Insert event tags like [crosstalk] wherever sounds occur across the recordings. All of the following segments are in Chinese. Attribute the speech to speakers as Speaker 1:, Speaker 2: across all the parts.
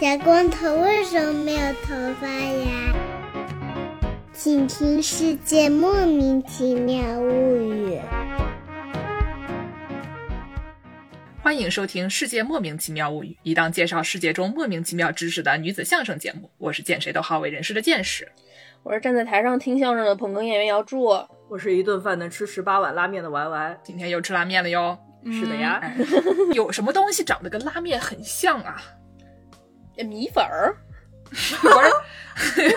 Speaker 1: 小光头为什么没有头发呀？请听《世界莫名其妙物语》。
Speaker 2: 欢迎收听《世界莫名其妙物语》，一档介绍世界中莫名其妙知识的女子相声节目。我是见谁都好为人师的见识。
Speaker 3: 我是站在台上听相声的捧哏演员姚柱。呃
Speaker 4: 我是一顿饭能吃十八碗拉面的 Y Y。
Speaker 2: 今天又吃拉面了哟。
Speaker 3: 嗯
Speaker 4: 是的呀，
Speaker 2: 哎 [laughs] 有什么东西长得跟拉面很像啊？
Speaker 3: 米粉儿
Speaker 2: 不是，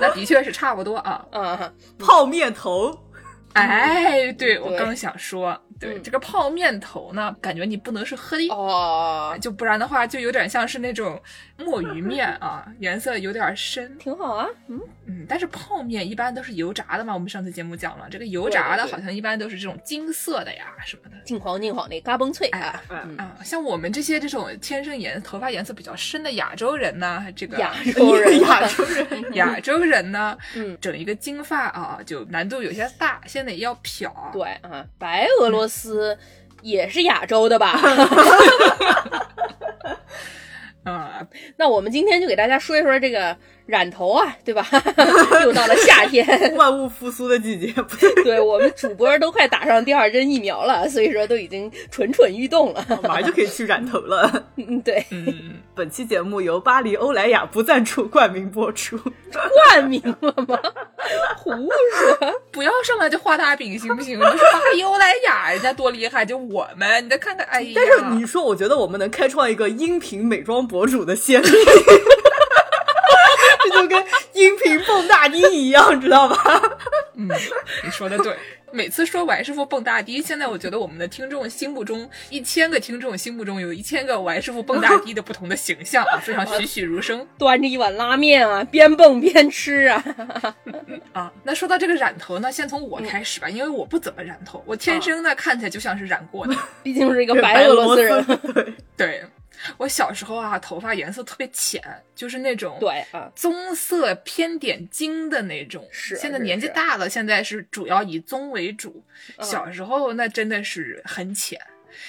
Speaker 2: 那的确是差不多啊。
Speaker 3: 啊，
Speaker 4: 泡面头。
Speaker 2: 哎，对我
Speaker 3: 对
Speaker 2: 刚想说，对
Speaker 3: 嗯
Speaker 2: 这个泡面头呢，感觉你不能是黑
Speaker 3: 哦，
Speaker 2: 就不然的话，就有点像是那种墨鱼面
Speaker 3: [laughs]
Speaker 2: 啊，颜色有点深。
Speaker 3: 挺好啊。嗯，
Speaker 2: 嗯，但是泡面一般都是油炸的嘛，我们上次节目讲了，这个油炸的
Speaker 3: 对对对
Speaker 2: 好像一般都是这种金色的呀什么的。
Speaker 3: 金黄金黄的，嘎嘣脆啊。
Speaker 4: 哎
Speaker 3: 嗯
Speaker 2: 啊，像我们这些这种天生颜头发颜色比较深的亚洲人呢，这个 [laughs]
Speaker 3: 亚洲人，
Speaker 4: 啊
Speaker 3: 啊
Speaker 4: [laughs] 亚洲人，
Speaker 2: 亚洲人呢，
Speaker 3: 嗯，
Speaker 2: 整一个金发啊，就难度有些大，先得要漂。
Speaker 3: 对啊，白俄罗斯也是亚洲的
Speaker 4: [laughs]
Speaker 3: 吧？
Speaker 2: 啊，
Speaker 3: 那我们今天就给大家说一说这个染头啊，对吧？ [laughs] 又到了夏天，
Speaker 4: 万物复苏的季节，不对，
Speaker 3: 对我们主播都快打上第二针疫苗了，所以说都已经蠢蠢欲动了。
Speaker 4: 马上就可以去染头了。 [laughs]
Speaker 3: 嗯，对，
Speaker 2: 嗯，
Speaker 4: 本期节目由巴黎欧莱雅不赞助冠名播出。
Speaker 3: 冠名了吗？ [laughs] 胡说。
Speaker 2: 不要上来就画大饼行不 [laughs] 行？你说哎巴黎欧莱雅人家多厉害，就我们，你再看看，哎呀，
Speaker 4: 但是你说，我觉得我们能开创一个音频美妆博主的先例， [laughs] 这就跟音频蹦大迪一样，知道吧？
Speaker 2: 嗯，你说的对。每次说王师傅蹦大迪，现在我觉得我们的听众心目中，一千个听众心目中有一千个王师傅蹦
Speaker 3: [laughs]
Speaker 2: 大迪的不同的形象啊，非常栩栩如生
Speaker 3: 端着一碗拉面啊，边蹦边吃啊。
Speaker 2: 啊。那说到这个染头呢，先从
Speaker 3: 嗯
Speaker 2: 我开始吧，因为我不怎么染头，我
Speaker 3: 啊
Speaker 2: 天生呢看起来就像是染过
Speaker 3: [laughs]
Speaker 2: 的。
Speaker 3: 毕竟是一个
Speaker 4: 白
Speaker 3: 俄罗斯人。
Speaker 4: 对，
Speaker 2: 对我小时候啊，头发颜色特别浅，就是那种
Speaker 3: 对啊，
Speaker 2: 棕色偏点金的那种。
Speaker 3: 是
Speaker 2: 现在
Speaker 3: 是
Speaker 2: 年纪
Speaker 3: 是
Speaker 2: 大了，现在是主要以棕为主。
Speaker 3: 嗯
Speaker 2: 小时候那真的是很浅。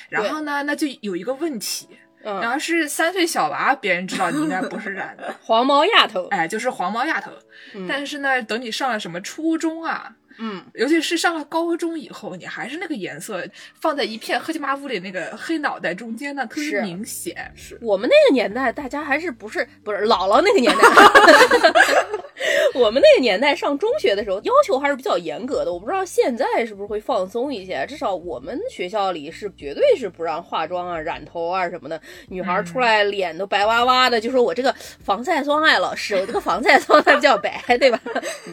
Speaker 2: 然
Speaker 3: 对
Speaker 2: 后呢，那就有一个问题，然
Speaker 3: [laughs] 嗯，，
Speaker 2: 后是三岁小娃，别人知道你应该不是染的
Speaker 3: [laughs] 黄毛丫头，
Speaker 2: 哎，就是黄毛丫头。
Speaker 3: 嗯
Speaker 2: 但是呢，等你上了什么初中啊，
Speaker 3: 嗯，
Speaker 2: 尤其是上了高中以后，你还是那个颜色，放在一片黑漆麻乌里那个黑脑袋中间呢，特别
Speaker 3: 是嗯
Speaker 2: 明显。
Speaker 3: 我们那个年代，大家还是不是不是姥姥那个年 [laughs] 代。我们那个年代上中学的时候，要求还是比较严格的。我不知道现在是不是会放松一些，至少我们学校里是绝对是不让化妆啊、染头啊什么的。女孩出来脸都白哇哇的，就说我这个防晒霜哎，老师，我这个防晒霜它比较白，对吧？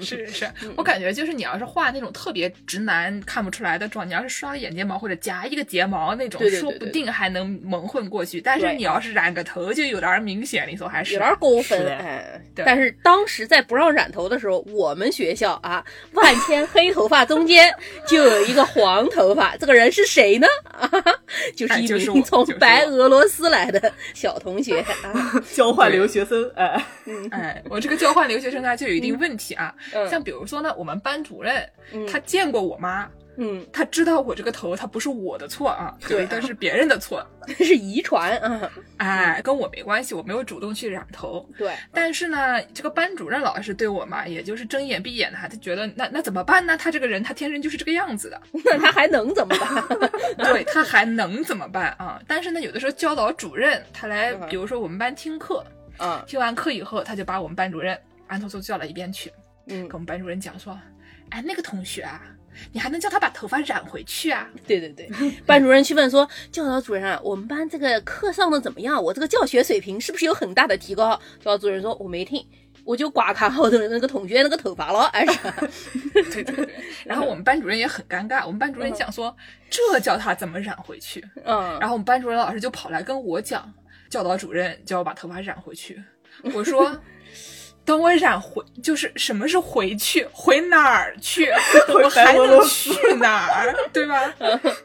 Speaker 2: 是是是，
Speaker 3: 嗯
Speaker 2: 我感觉就是你要是画那种特别直男看不出来的妆，你要是刷个眼睫毛或者夹一个睫毛那种，
Speaker 3: 对对对
Speaker 2: 说不
Speaker 3: 对
Speaker 2: 定还能蒙混过去。但是
Speaker 3: 对
Speaker 2: 你要是染个头，就有点儿明显，你说还是
Speaker 3: 有点勾
Speaker 4: 是
Speaker 3: 分，
Speaker 4: 的
Speaker 3: 哎，
Speaker 2: 对
Speaker 3: 但是当时在不让染头的时候，我们学校啊，万千黑头发中
Speaker 2: [laughs]
Speaker 3: 间就有一个黄头发，这个人是谁呢？ [laughs] 啊，就是
Speaker 2: 哎
Speaker 3: 一
Speaker 2: 就是
Speaker 3: 名
Speaker 2: 我
Speaker 3: 从
Speaker 2: 就是我
Speaker 3: 白俄罗斯来的小同学
Speaker 2: [laughs]
Speaker 3: 啊，
Speaker 4: 交换留学生，哎，
Speaker 2: 哎，我这个交换留学生呢就有一定问题啊。
Speaker 3: 嗯
Speaker 2: 像比如说呢，我们班主任
Speaker 3: 嗯
Speaker 2: 他见过我妈，
Speaker 3: 嗯，
Speaker 2: 他知道我这个头，他不是我的错啊，
Speaker 3: 对
Speaker 2: 但是别人的错。
Speaker 3: 是遗传啊，
Speaker 2: 哎，跟我没关系，我没有主动去染头。
Speaker 3: 对，
Speaker 2: 但是呢，这个班主任老师对我嘛，也就是睁眼闭眼的，他觉得那那怎么办呢？他这个人，他天生就是这个样子的，
Speaker 3: [laughs] 那他还能怎么办？ [laughs]
Speaker 2: 对他还能怎么办啊？但是呢，有的时候教导主任他来，
Speaker 3: 嗯
Speaker 2: 比如说我们班听课，
Speaker 3: 啊，
Speaker 2: 听完课以后，他就把我们班主任安托托叫到一边去，
Speaker 3: 嗯
Speaker 2: 跟，我们班主任讲说，哎，那个同学啊，你还能叫他把头发染回去啊？ [laughs]
Speaker 3: 对对对，班主任去问说，教导主任啊，我们班这个课上的怎么样？我这个教学水平是不是有很大的提高？教导主任说，我没听。我就刮看好的那个同学那个头发了，哎呀，
Speaker 2: 对对对。然后我们班主任也很尴尬，我们班主任讲说，这叫他怎么染回去？
Speaker 3: 嗯，
Speaker 2: 然后我们班主任老师就跑来跟我讲，教导主任叫我把头发染回
Speaker 4: [laughs]
Speaker 2: 去。我说，等我染回，就是什么是回
Speaker 4: [laughs]
Speaker 2: 去？回哪儿去？
Speaker 4: 回
Speaker 2: 我还
Speaker 4: 白俄罗
Speaker 2: 能
Speaker 4: 斯 [laughs]
Speaker 2: 去哪儿？对吧？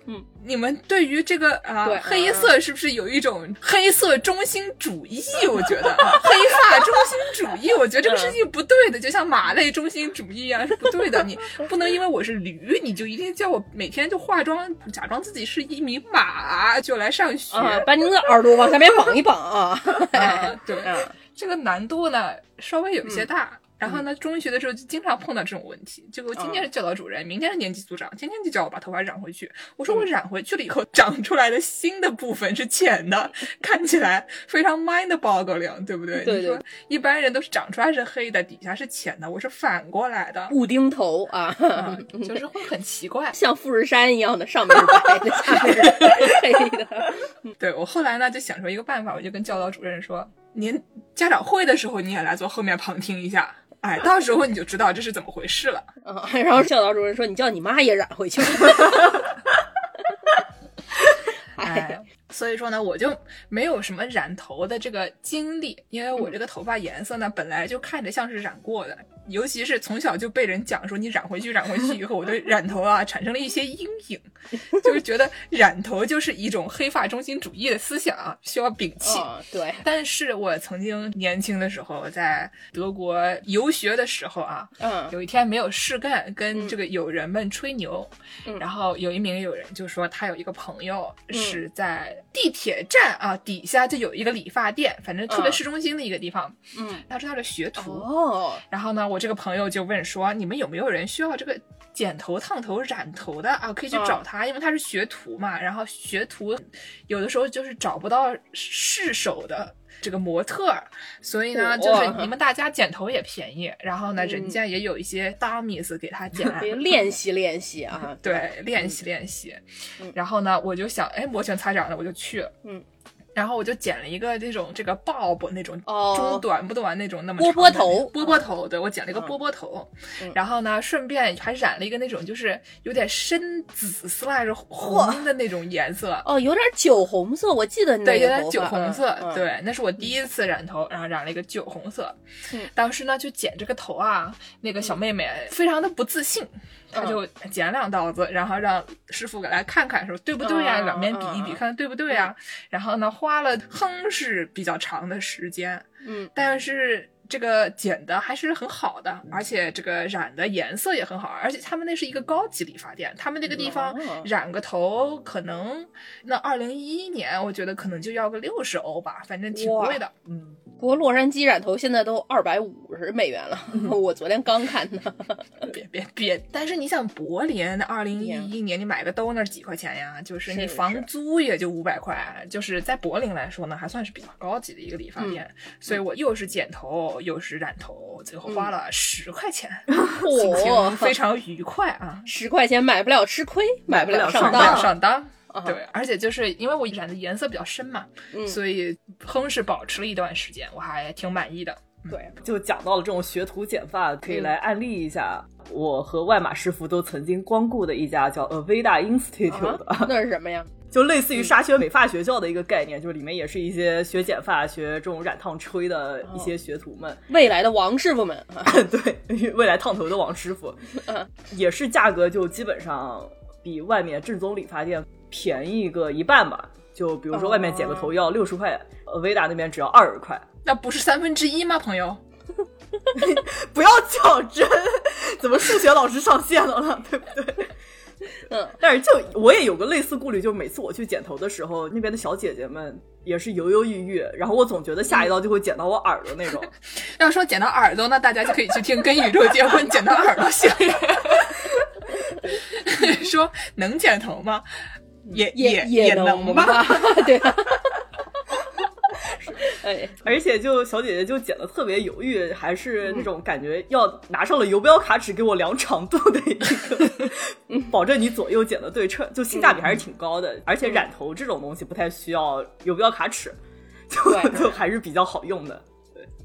Speaker 2: 嗯，你们对于这个啊、
Speaker 4: 嗯
Speaker 3: 对
Speaker 2: 黑色是不是有一种黑色中心主义？ [laughs] 我觉得啊，黑发中心主义，我觉得这个事情不对的，就像马类中心主义啊是不对的。你不能因为我是驴，你就一定叫我每天就化妆，假装自己是一名马就来上学。
Speaker 3: 啊，把您的耳朵往下面绑一绑啊！
Speaker 2: [laughs] 啊嗯对，
Speaker 3: 嗯
Speaker 2: 这个难度呢稍微有一些大。然后呢，中学的时候就经常碰到这种问题。这个今天是教导主任，明天是年级组长，今天就叫我把头发染回去。我说我染回去了以后，长出来的新的部分是浅的， [laughs] 看起来非常 mind boggling，对不嗯对？
Speaker 3: 对
Speaker 2: 你说一般人都是长出来是黑的，底下是浅的，我是反过来的，
Speaker 3: 雾丁头啊，
Speaker 2: 啊就是会很奇怪。
Speaker 3: 像富士山一样的，上面是白的，下面是黑的。
Speaker 2: 对我后来呢就想出一个办法，我就跟教导主任说，您家长会的时候你也来坐后面旁听一下，哎，到时候你就知道这是怎么回事了。
Speaker 3: 啊，然后教导主任说：“你叫你妈也染回去。”哎
Speaker 2: 哎， [laughs] 所以说呢，我就没有什么染头的这个经历，因为我这个头发颜色呢本来就看着像是染过的。尤其是从小就被人讲说你染回去，染回去以后，我对染头啊产生了一些阴影，就是觉得染头就是一种黑发中心主义的思想啊，需要摒弃。
Speaker 3: 啊，对，
Speaker 2: 但是我曾经年轻的时候，在德国游学的时候啊，
Speaker 3: 嗯
Speaker 2: 有一天没有事干，跟
Speaker 3: 嗯
Speaker 2: 这个友人们吹牛，
Speaker 3: 嗯
Speaker 2: 然后有一名友人就说他有一个朋友是在地铁站啊、底下就有一个理发店，反正特别
Speaker 3: 嗯
Speaker 2: 市中心的一个地方，
Speaker 3: 嗯，
Speaker 2: 他是他的学徒。
Speaker 3: 哦，
Speaker 2: 然后呢，我这个朋友就问说，你们有没有人需要这个剪头、烫头、染头的啊？可以去
Speaker 3: 嗯
Speaker 2: 找他，因为他是学徒嘛。然后学徒有的时候就是找不到试手的。这个模特儿，所以呢，
Speaker 3: 哇
Speaker 2: 就是你们大家剪头也便宜，然后呢，
Speaker 3: 嗯
Speaker 2: 人家也有一些 dummies 给他
Speaker 3: [laughs]
Speaker 2: 剪，啊
Speaker 3: 得练习练习啊。
Speaker 2: 对，练习练习
Speaker 3: 嗯。
Speaker 2: 然后呢，我就想，哎，摩拳擦掌的，我就去了。
Speaker 3: 嗯。
Speaker 2: 然后我就剪了一个这种这个 bob 那种
Speaker 3: 哦
Speaker 2: 中短不短那种那么
Speaker 3: 波
Speaker 2: 长
Speaker 3: 波
Speaker 2: 的
Speaker 3: 头
Speaker 2: 波波头，对我剪了一个波波头
Speaker 3: 嗯，
Speaker 2: 然后呢，顺便还染了一个那种就是有点深紫色还是红的那种颜色，
Speaker 3: 哦，有点酒红色，我记得你那
Speaker 2: 对，有
Speaker 3: 个
Speaker 2: 点
Speaker 3: 头
Speaker 2: 酒
Speaker 3: 发
Speaker 2: 红色，，
Speaker 3: 嗯
Speaker 2: 对，那是我第一次染头，然后染了一个酒红色
Speaker 3: 嗯。
Speaker 2: 当时呢，就剪这个头啊，那个小妹妹非常的不自信，
Speaker 3: 嗯
Speaker 2: 她就剪两刀子，然后让师傅给来看看，说对不对呀、
Speaker 3: 嗯
Speaker 2: 两边比一比，
Speaker 3: 嗯
Speaker 2: 看看对不对呀、然后呢，花了哼是比较长的时间，
Speaker 3: 嗯
Speaker 2: 但是。这个剪的还是很好的，而且这个染的颜色也很好，而且他们那是一个高级理发店，他们那个地方
Speaker 3: 哦
Speaker 2: 染个头可能那二零一一年，我觉得可能就要个六十欧吧，反正挺贵的。
Speaker 4: 嗯，
Speaker 3: 嗯。不过洛杉矶染头现在都二百五十美
Speaker 2: [laughs]
Speaker 3: 元了，我昨天刚看的。
Speaker 2: 别别别！但是你想柏林那二零一一年，你买个兜那儿几块钱呀？就是你
Speaker 3: 是
Speaker 2: 房租也就五百块，就是在柏林来说呢，还算是比较高级的一个理
Speaker 3: 嗯
Speaker 2: 发店。所以我又是剪头又是染头，最后
Speaker 3: 嗯
Speaker 2: 花了十块
Speaker 3: [laughs]
Speaker 2: 钱，心情非
Speaker 3: 嚯，
Speaker 2: 常愉快啊！
Speaker 3: [laughs] 十块钱买不了吃亏，买不了
Speaker 4: 买
Speaker 3: 上
Speaker 4: 不
Speaker 2: 买
Speaker 4: 了
Speaker 2: 了
Speaker 3: 当。
Speaker 2: 上当。
Speaker 3: 啊
Speaker 2: 对，而且就是因为我染的颜色比较深嘛，
Speaker 3: 嗯
Speaker 2: 所以哼是保持了一段时间，我还挺满意的。
Speaker 3: 对，
Speaker 4: 就讲到了这种学徒剪发，可以来案例一下。我和外马师傅都曾经光顾的一家叫 Aveda Institute 的，
Speaker 3: 啊那是什么呀？
Speaker 4: 就类似于沙宣美发学校的一个概念，就是里面也是一些学剪发、学这种染烫吹的一些学徒们。
Speaker 3: 未来的王师傅们啊
Speaker 4: [laughs] 对，未来烫头的王师傅，也是价格就基本上比外面正宗理发店便宜个一半吧。就比如说外面剪个头要六十块，呃，维达那边只要二十块。 [laughs]
Speaker 2: 那不是三分之一吗，朋友？
Speaker 4: 不要较真， [laughs] 怎么数学老师上线了呢？ [laughs] 对不对？
Speaker 3: 嗯，
Speaker 4: 但是就我也有个类似顾虑，就是每次我去剪头的时候，那边的小姐姐们也是犹犹豫豫，然后我总觉得下一刀就会剪到我耳朵那种。
Speaker 3: [laughs]
Speaker 2: 要说剪到耳朵，那大家就可以去听《跟宇宙结婚》剪到耳朵系列。 [laughs] 说能剪头吗？嗯也
Speaker 3: 也
Speaker 2: 也
Speaker 3: 能
Speaker 2: 能吧？？
Speaker 3: [laughs] 对。哎，
Speaker 4: 而且就小姐姐就剪的特别犹豫，还
Speaker 3: 嗯
Speaker 4: 是那种感觉要拿上了游标卡尺给我量长度的一个，
Speaker 3: 嗯
Speaker 4: [laughs] 保证你左右剪的对称，就性价比还是挺高的。而
Speaker 3: 嗯
Speaker 4: 且染头这种东西不太需 [laughs] 要游标卡尺，就
Speaker 3: 对
Speaker 4: 就还是比较好用的。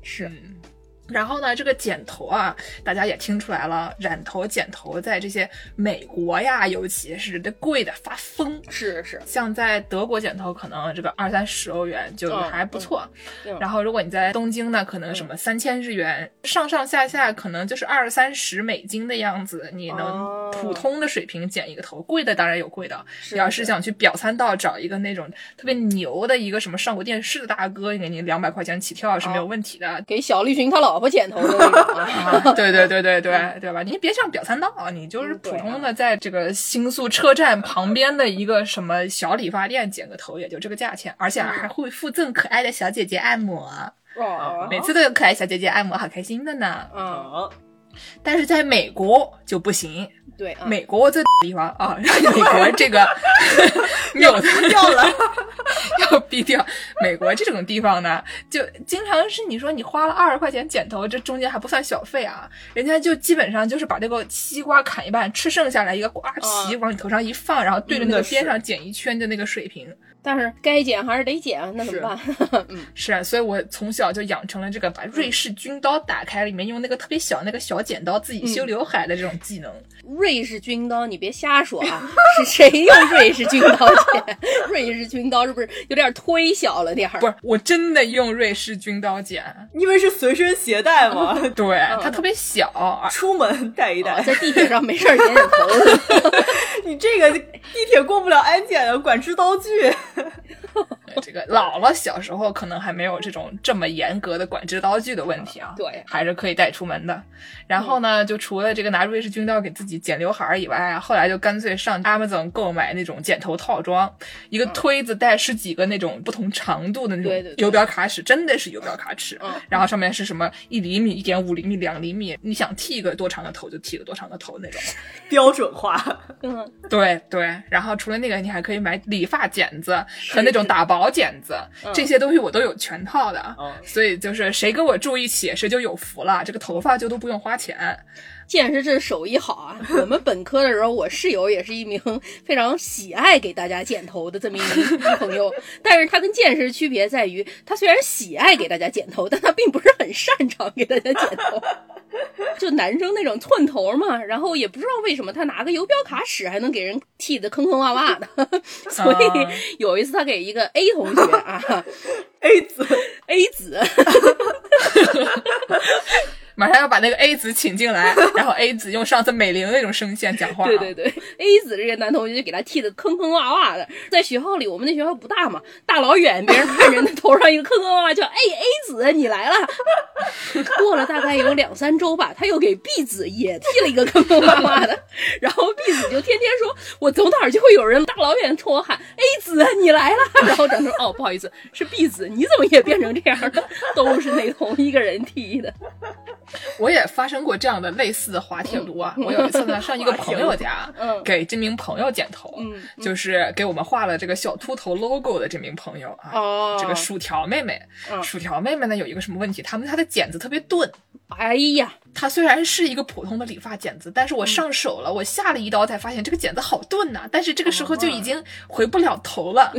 Speaker 3: 是
Speaker 2: 嗯然后呢，这个剪头啊，大家也听出来了，染头、剪头在这些美国呀，尤其是这贵的发疯。
Speaker 3: 是是，
Speaker 2: 像在德国剪头，可能这个二三十欧元就
Speaker 3: 嗯
Speaker 2: 还不错。
Speaker 3: 嗯嗯
Speaker 2: 然后如果你在东京呢，可能什么三千日元，上上下下可能就是二三十美金的样子，你
Speaker 3: 哦
Speaker 2: 能普通的水平剪一个头。贵的当然有贵的，
Speaker 3: 是
Speaker 2: 你要是想去表参道找一个那种特别牛的一个什么上过电视的大哥，给你两百块钱起跳
Speaker 3: 哦
Speaker 2: 是没有问题的。
Speaker 3: 给小栗旬他老婆剪头的那
Speaker 2: [laughs]
Speaker 3: 种啊。
Speaker 2: 啊对对对对对对吧？你别上表参道，啊你就是普通的在这个星宿车站旁边的一个什么小理发店剪个头，也就这个价钱，而且啊还会附赠可爱的小姐姐按摩，啊
Speaker 3: 哦
Speaker 2: 每次都有可爱小姐姐按摩，好开心的呢。
Speaker 3: 嗯，
Speaker 4: 啊，
Speaker 2: 但是在美国就不行，
Speaker 3: 对啊，
Speaker 2: 美国这地方 [laughs] 啊，美国这个有的
Speaker 4: 掉
Speaker 2: [laughs]
Speaker 4: 了，
Speaker 2: 要逼掉。美国这种地方呢，就经常是你说你花了二十块钱剪头，这中间还不算小费啊，人家就基本上就是把这个西瓜砍一半，吃剩下来一个瓜皮往你头上一放，然后对着那
Speaker 4: 嗯那
Speaker 2: 个
Speaker 4: 是
Speaker 2: 边上剪一圈的那个水平。
Speaker 3: 但是该剪还是得剪，啊那怎么办？
Speaker 2: 是啊，所以我从小就养成了这个把瑞士军刀打开，里面用那个特别小那个小剪刀自己修刘海的这种技能。
Speaker 3: 瑞士军刀，你别瞎说啊！ [laughs] 是谁用瑞士军刀剪？瑞士军刀是不是有点忒小了点儿？
Speaker 2: 不是，我真的用瑞士军刀剪，
Speaker 4: 因为是随身携
Speaker 3: [laughs]
Speaker 4: 带嘛，
Speaker 2: 对，
Speaker 3: 嗯
Speaker 2: 它特别小，而
Speaker 4: 出门带一带
Speaker 3: 啊，。在地铁上没事儿剪剪头，
Speaker 4: [laughs] 你这个地铁过不了安检啊，管制刀具。
Speaker 2: 这个姥姥小时候可能还没有这种这么严格的管制刀具的问题啊，
Speaker 3: 嗯对嗯
Speaker 2: 还是可以带出门的。然后呢，就除了这个拿瑞士军刀给自己剪刘海儿以外啊，后来就干脆上 Amazon 购买那种剪头套装，一个推子带十几个那种不同长度的那
Speaker 3: 嗯对对
Speaker 2: 种
Speaker 3: 对
Speaker 2: 游标卡尺，真的是游标卡尺
Speaker 3: 嗯，
Speaker 2: 然后上面是什么一厘米、一点五厘米、两厘米，你想剃一个多长的头就剃个多长的头那种。
Speaker 4: 标准化，
Speaker 3: [laughs] 嗯，
Speaker 2: 对对，然后除了那个，你还可以买理发剪子和那
Speaker 3: 是
Speaker 2: 种打薄剪子，
Speaker 3: 嗯
Speaker 2: 这些东西我都有全套的，
Speaker 4: 哦
Speaker 2: 所以就是谁跟我住一起，谁就有福了，这个头发就都不用花钱。
Speaker 3: 见识这手艺好啊！我们本科的时候，我室友也是一名非常喜爱给大家剪头的这么一名朋友，但是他跟见识的区别在于，他虽然喜爱给大家剪头，但他并不是很擅长给大家剪头。就男生那种寸头嘛，然后也不知道为什么他拿个游标卡尺还能给人剃得坑坑洼洼的， [laughs] [laughs] 所
Speaker 2: 啊
Speaker 3: 以有一次他给一个 A 同学啊
Speaker 4: [laughs] A 字
Speaker 3: A 子
Speaker 2: 马上要把那个 A 子请进来，然后 A 子用上次美玲那种声线讲话、
Speaker 3: [laughs] 对对，对，A 子这个男同学就给他剃得坑坑洼洼的。在学校里，我们那学校不大嘛，大老远别人看着那头上一个坑坑洼洼，叫哎 A 子你来了。 [laughs] 过了大概有两三周吧，他又给 B 子也剃了一个坑坑洼洼的，然后 B 子就天天说，我走哪儿就会有人大老远冲我喊 A 子你来了，然后长说哦不好意思是 B 子，你怎么也变成这样了？都是那同一个人剃的，
Speaker 2: 我也发生过这样的类似的滑铁卢啊！我有一次呢，上
Speaker 3: [laughs]
Speaker 2: 一个朋友家
Speaker 3: 嗯，
Speaker 2: 给这名朋友剪头，
Speaker 3: 嗯
Speaker 2: 就是给我们画了这个小秃头 logo 的这名朋友啊，
Speaker 3: 哦
Speaker 2: 这个薯条妹妹，
Speaker 3: 嗯
Speaker 2: 薯条妹妹呢有一个什么问题？她们她的剪子特别钝。
Speaker 3: 哎呀，
Speaker 2: 它虽然是一个普通的理发剪子，但是我上手了，我下了一刀才发现这个剪子好钝呐、但是这个时候就已经回不了头了，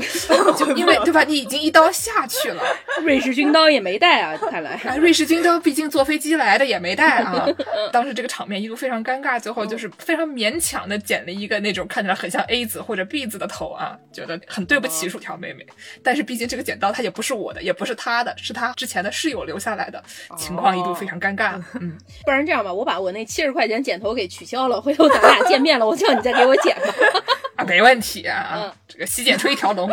Speaker 2: 就因为对吧？你已经一刀下去了。
Speaker 3: 瑞士军刀也没带啊，看来。
Speaker 2: 啊，瑞士军刀毕竟坐飞机来的也没带啊。当时这个场面一度非常尴尬，最后就是非常勉强的剪了一个那种看起来很像 A 字或者 B 字的头啊，觉得很对不起薯条妹妹。但是毕竟这个剪刀它也不是我的，也不是她的，是她之前的室友留下来的，情况一度非常尴尬。嗯，
Speaker 3: 不然这样吧，我把我那七十块钱剪头给取消了，回头咱俩见面了，我叫你再给我剪吧。 [laughs]
Speaker 2: 啊，没问题啊
Speaker 3: 嗯，
Speaker 2: 这个洗剪吹一条龙。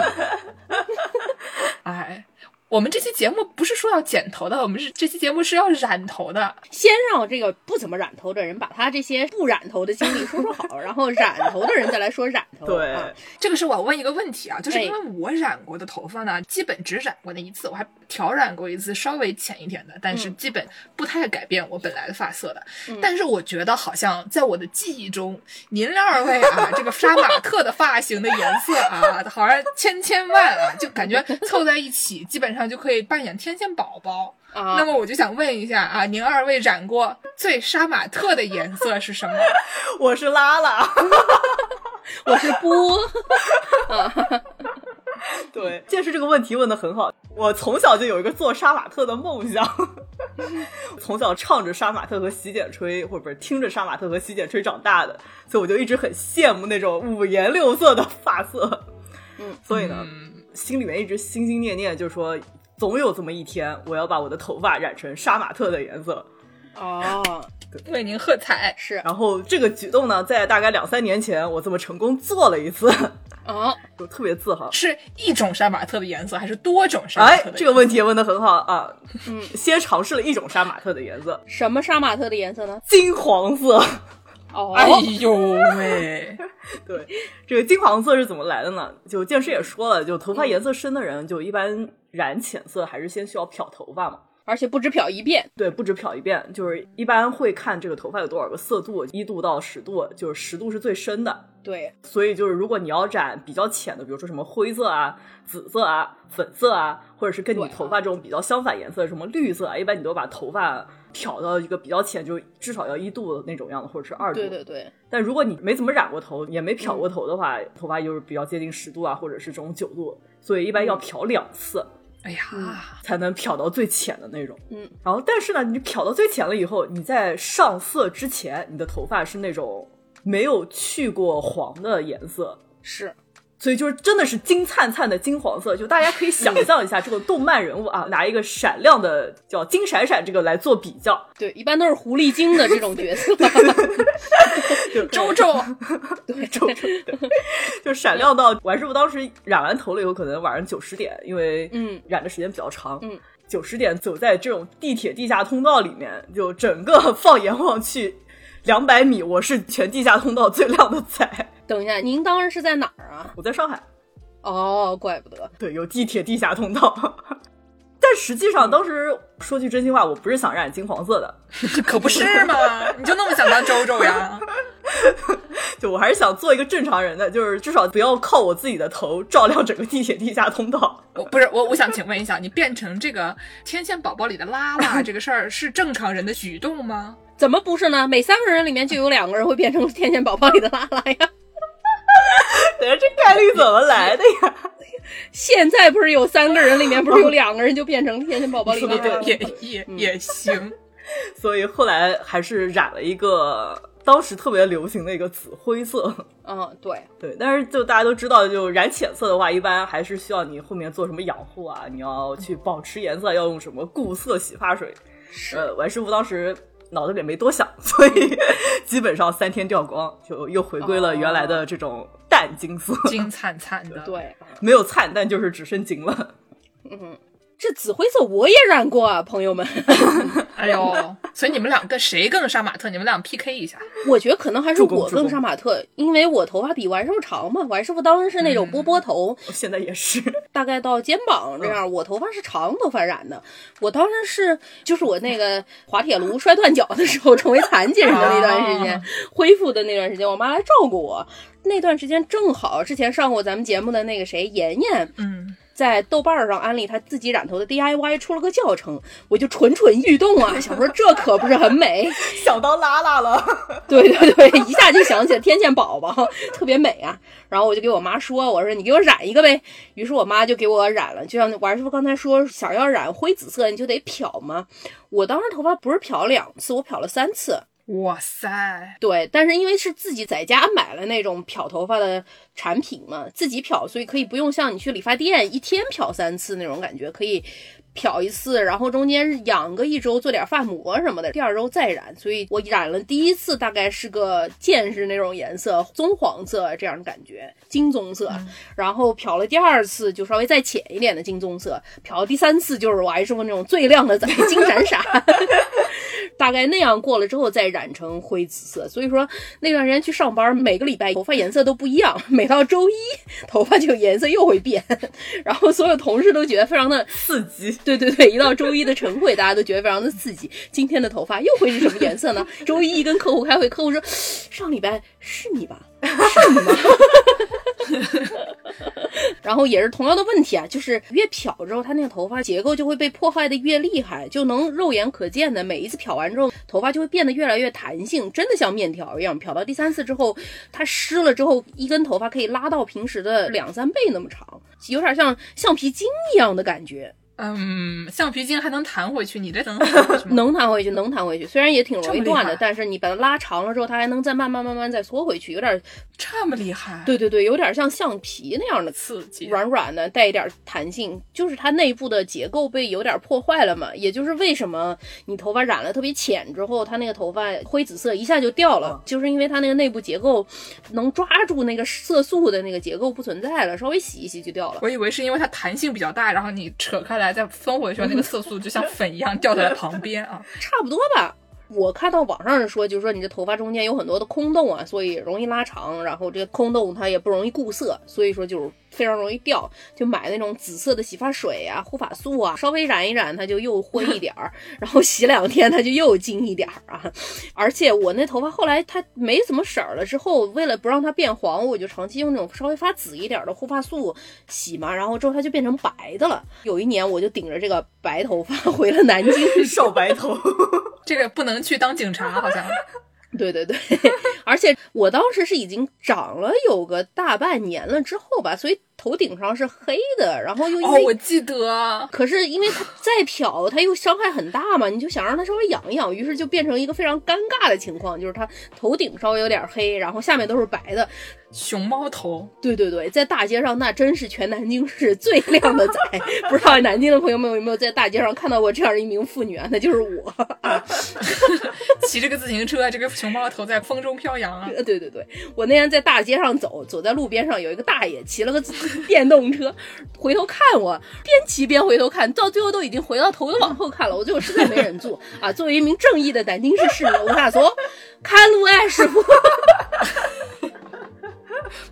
Speaker 2: 哎。我们这期节目不是说要剪头的，我们是这期节目是要染头的。
Speaker 3: 先让这个不怎么染头的人把他这些不染头的经历说说好，然后染头的人再来说染头。
Speaker 4: 对
Speaker 3: 啊、
Speaker 2: 这个是我问一个问题啊，就是
Speaker 3: 哎
Speaker 2: 因为我染过的头发呢，基本只染过那一次，我还调染过一次稍微浅一点的，但是基本不太改变我本来的发色的。但是我觉得好像在我的记忆中，您二位啊，这个杀马特的发型的颜色啊，好像千千万啊，就感觉凑在一起，基本上就可以扮演天线宝宝。那
Speaker 3: 啊，
Speaker 2: 么我就想问一下啊，您二位染过最杀马特的颜色是什么？
Speaker 4: 我是拉拉。
Speaker 3: 我是波，
Speaker 4: 对，见识这个问题问的很好。我从小就有一个做杀马特的梦想， [laughs] 从小唱着杀马特和洗剪吹，或者不是听着杀马特和洗剪吹长大的，所以我就一直很羡慕那种五颜六色的发色。
Speaker 3: 嗯，
Speaker 4: 所以呢，
Speaker 2: 嗯
Speaker 4: 心里面一直心心念念，就是说总有这么一天，我要把我的头发染成杀马特的颜色。
Speaker 3: 哦，
Speaker 2: 为您喝彩。
Speaker 3: 是
Speaker 4: 然后这个举动呢，在大概两三年前，我这么成功做了一次， [laughs]
Speaker 3: 哦，
Speaker 4: 就特别自豪。
Speaker 2: 是一种杀马特的颜色，还是多种杀马
Speaker 4: 哎
Speaker 2: 特的颜，色？
Speaker 4: 这个问题也问得很好啊。
Speaker 3: 嗯
Speaker 4: 先尝试了一种杀马特的颜色，
Speaker 3: 什么杀马特的颜色呢？
Speaker 4: 金黄色。 [laughs]
Speaker 3: 哦，
Speaker 2: 哎呦喂，
Speaker 4: 对，这个金黄色是怎么来的呢？就剑师也说了，就头
Speaker 2: 嗯
Speaker 4: 发颜色深的人，就一般染浅色还是先需要漂头发嘛。
Speaker 3: 而且不止漂一遍，
Speaker 4: 对，不止漂一遍，就是一般会看这个头发有多少个色度，一度到十度，就是十度是最深的。
Speaker 3: 对，
Speaker 4: 所以就是，如果你要染比较浅的，比如说什么灰色啊、紫色啊、粉色啊，或者是跟你
Speaker 3: 对啊
Speaker 4: 头发这种比较相反颜色，什么绿色啊，一般你都把头发漂到一个比较浅，就至少要一度那种样子，或者是二度。
Speaker 3: 对对嗯对，
Speaker 4: 但如果你没怎么染过头，也没漂过头的话，头发就是比较接近十度啊，或者是这种九度，所以一般
Speaker 3: 嗯
Speaker 4: 要漂两次
Speaker 2: 哎呀，
Speaker 4: 才能漂到最浅的那种。
Speaker 3: 嗯，
Speaker 4: 然后但是呢，你漂到最浅了以后，你在上色之前，你的头发是那种没有去过黄的颜色。
Speaker 3: 是
Speaker 4: 所以就是真的是金灿灿的金黄色，就大家可以想象一下这个动漫人物啊，拿一个闪亮的叫金闪闪这个来做比较，
Speaker 3: 对，一般都是狐狸精的这种角色， [laughs]
Speaker 4: 就
Speaker 2: 周周，
Speaker 3: 对，
Speaker 4: 周周，对就闪亮到完师傅当时染完头了以后，可能晚上九十点，因为
Speaker 3: 嗯
Speaker 4: 染的时间比较长，
Speaker 3: 嗯，
Speaker 4: 九十点走在这种地铁地下通道里面，就整个放眼望去，两百米，我是全地下通道最亮的仔，
Speaker 3: 等一下，您当时是在哪儿啊？
Speaker 4: 我在上海。
Speaker 3: 哦，怪不得，
Speaker 4: 对，有地铁地下通道。 [laughs] 但实际上，当时说句真心话，我不是想染金黄色的， [laughs]
Speaker 2: 可不是嘛？你就那么想当周周呀？
Speaker 4: 就我还是想做一个正常人的，就是至少不要靠我自己的头照亮整个地铁地下通道。 [laughs]
Speaker 2: 我不是我，我想请问一下，你变成这个天线宝宝里的拉拉这个事儿是正常人的举动吗？
Speaker 3: 怎么不是呢？每三个人里面就有两个人会变成天线宝宝里的拉拉呀。
Speaker 4: 等下这概率怎么来的呀？ [laughs]
Speaker 3: 现在不是有三个人，里面不是有两个人就变成天线宝宝里
Speaker 4: 说
Speaker 3: 面
Speaker 4: 得
Speaker 3: 了
Speaker 4: 对
Speaker 3: 吗？
Speaker 2: 也也也行，
Speaker 4: 所以后来还是染了一个当时特别流行的一个紫灰色。
Speaker 3: 嗯，对，
Speaker 4: 对，但是就大家都知道，就染浅色的话，一般还是需要你后面做什么养护啊，你要去保持颜色，要用什么固色洗发水。
Speaker 3: 是
Speaker 4: 呃，完师傅当时脑子里没多想， [laughs] 所以基本上三天掉光，就又回归了原来的这种淡金色， [laughs]
Speaker 2: 金灿灿
Speaker 3: [laughs]
Speaker 2: 的。，
Speaker 3: 对，
Speaker 4: 没有灿，但就是只剩金了。
Speaker 3: 嗯，这紫灰色我也染过啊，朋友们。
Speaker 2: 哎呦，所以你们两个谁更杀马特？你们俩 PK 一下。
Speaker 3: 我觉得可能还是
Speaker 4: 助攻
Speaker 3: 我
Speaker 4: 助攻
Speaker 3: 更杀马特，因为我头发比完师傅长嘛，完师傅当时是那种波波头，
Speaker 4: 我现在也是，
Speaker 3: 大概到肩膀
Speaker 2: 嗯
Speaker 3: 这样，我头发是长头发染的。我当时是就是我那个滑铁卢摔断脚的时候成为残疾人的那段时间
Speaker 2: 啊，
Speaker 3: 恢复的那段时间，我妈来照顾我。那段时间正好之前上过咱们节目的那个谁妍妍，
Speaker 2: 嗯，
Speaker 3: 在豆瓣儿上安利她自己染头的 DIY 出了个教程，我就蠢蠢欲动啊，想说这可不是很美。
Speaker 4: 想当拉拉了。
Speaker 3: [laughs] 对对对，一下就想起了天线宝 [laughs] 宝，特别美啊。然后我就给我妈说，我说你给我染一个呗。于是我妈就给我染了，就像王师傅刚才说，想要染灰紫色你就得漂嘛。我当时头发不是漂两次，我漂了三次。
Speaker 2: 哇塞，
Speaker 3: 对，但是因为是自己在家买了那种漂头发的产品嘛，自己漂，所以可以不用像你去理发店一天漂三次那种感觉，可以漂一次，然后中间养个一周，做点发膜什么的，第二周再染。所以我染了第一次大概是个剑士那种颜色，棕黄色这样的感觉，金棕色。然后漂了第二次就稍微再浅一点的金棕色，漂了第三次就是我还是那种最亮的仔金闪闪。大概那样过了之后再染成灰紫色。所以说那段时间去上班，每个礼拜头发颜色都不一样，每到周一头发就颜色又会变， [laughs] 然后所有同事都觉得非常的。
Speaker 4: 刺激，
Speaker 3: 对对对，一到周一的晨会，大家都觉得非常的刺激。今天的头发又会是什么颜色呢？周一一跟客户开会，客户说：“上礼拜是你吧？是你吗？” [laughs] 然后也是同样的问题啊，就是越漂之后，它那个头发结构就会被破坏的越厉害，就能肉眼可见的每一次漂完之后，头发就会变得越来越弹性，真的像面条一样。漂到第三次之后，它湿了之后，一根头发可以拉到平时的两三倍那么长，有点像橡皮筋一样的感觉。
Speaker 2: 嗯，橡皮筋还能弹回去，你这能弹回去吗？
Speaker 3: [laughs] 能弹回去，能弹回去，虽然也挺
Speaker 2: 这
Speaker 3: 容易
Speaker 2: 么厉
Speaker 3: 断
Speaker 2: 害啊
Speaker 3: 的，但是你把它拉长了之后，它还能再慢慢慢慢再缩回去，有点，
Speaker 2: 这么厉害？，
Speaker 3: 对对对，有点像橡皮那样的
Speaker 2: 刺激。
Speaker 3: 软软的，带一点弹性，就是它内部的结构被有点破坏了嘛，也就是为什么你头发染了特别浅之后，它那个头发灰紫色一下就掉了
Speaker 4: 嗯，
Speaker 3: 就是因为它那个内部结构能抓住那个色素的那个结构不存在了，稍微洗一洗就掉了。
Speaker 2: 我以为是因为它弹性比较大，然后你扯开来再分回去，那个色素就像粉一样掉在了旁边啊。
Speaker 3: 差不多吧。我看到网上说，就是说你这头发中间有很多的空洞啊，所以容易拉长，然后这个空洞它也不容易固色，所以说就是非常容易掉。就买那种紫色的洗发水啊、护发素啊，稍微染一染它就又灰一点儿， [laughs] 然后洗两天它就又金一点儿啊。而且我那头发后来它没怎么色儿了之后，为了不让它变黄，我就长期用那种稍微发紫一点儿的护发素洗嘛，然后之后它就变成白的了。有一年我就顶着这个白头发 [laughs] 回了南京，
Speaker 4: 少白头，
Speaker 2: 这个不能去当警察，好像
Speaker 3: 对 [laughs] 对对，而且我当时是已经长了有个大半年了之后吧，所以头顶上是黑的，然后又因
Speaker 2: 哦，
Speaker 3: 为、
Speaker 2: 我记得
Speaker 3: 可是因为它再漂它又伤害很大嘛，你就想让它稍微养一养，于是就变成一个非常尴尬的情况，就是它头顶稍微有点黑，然后下面都是白的。
Speaker 2: 熊猫头，
Speaker 3: 对对对，在大街上那真是全南京市最 [laughs] 靓的仔，不知道南京的朋友们有没有在大街上看到过这样一名妇女啊？那就是我。
Speaker 2: 骑这个自行车，这个熊猫头在风中飘扬啊。
Speaker 3: 呃，对对对，我那天在大街上走，走在路边上，有一个大爷骑了个电动车，回头看我，边骑边回头看，到最后都已经回到头都往后看了，我最后实在没忍住啊！作为一名正义的南京市市民，我跟他说：“看路哎，师傅。 [laughs]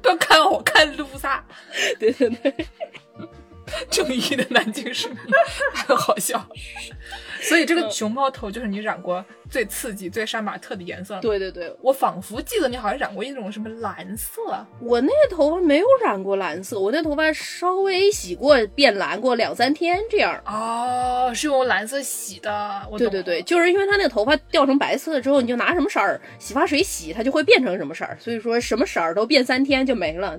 Speaker 2: 不要看我，看露莎，”
Speaker 3: 对对对，
Speaker 2: 正义的南京市民， [laughs] 太好笑。所以这
Speaker 3: 嗯
Speaker 2: 个熊猫头就是你染过最刺激、最杀马特的颜色。，
Speaker 3: 对对对，
Speaker 2: 我仿佛记得你好像染过一种什么蓝色，啊
Speaker 3: 我那头发没有染过蓝色，我那头发稍微洗过变蓝过两三天这样。
Speaker 2: 哦，是用蓝色洗的。我
Speaker 3: 对
Speaker 2: 懂
Speaker 3: 对对，
Speaker 2: 了，
Speaker 3: 就是因为他那个头发掉成白色了之后，你就拿什么色儿洗发水洗，它就会变成什么色儿。所以说什么色儿都变三天就没了。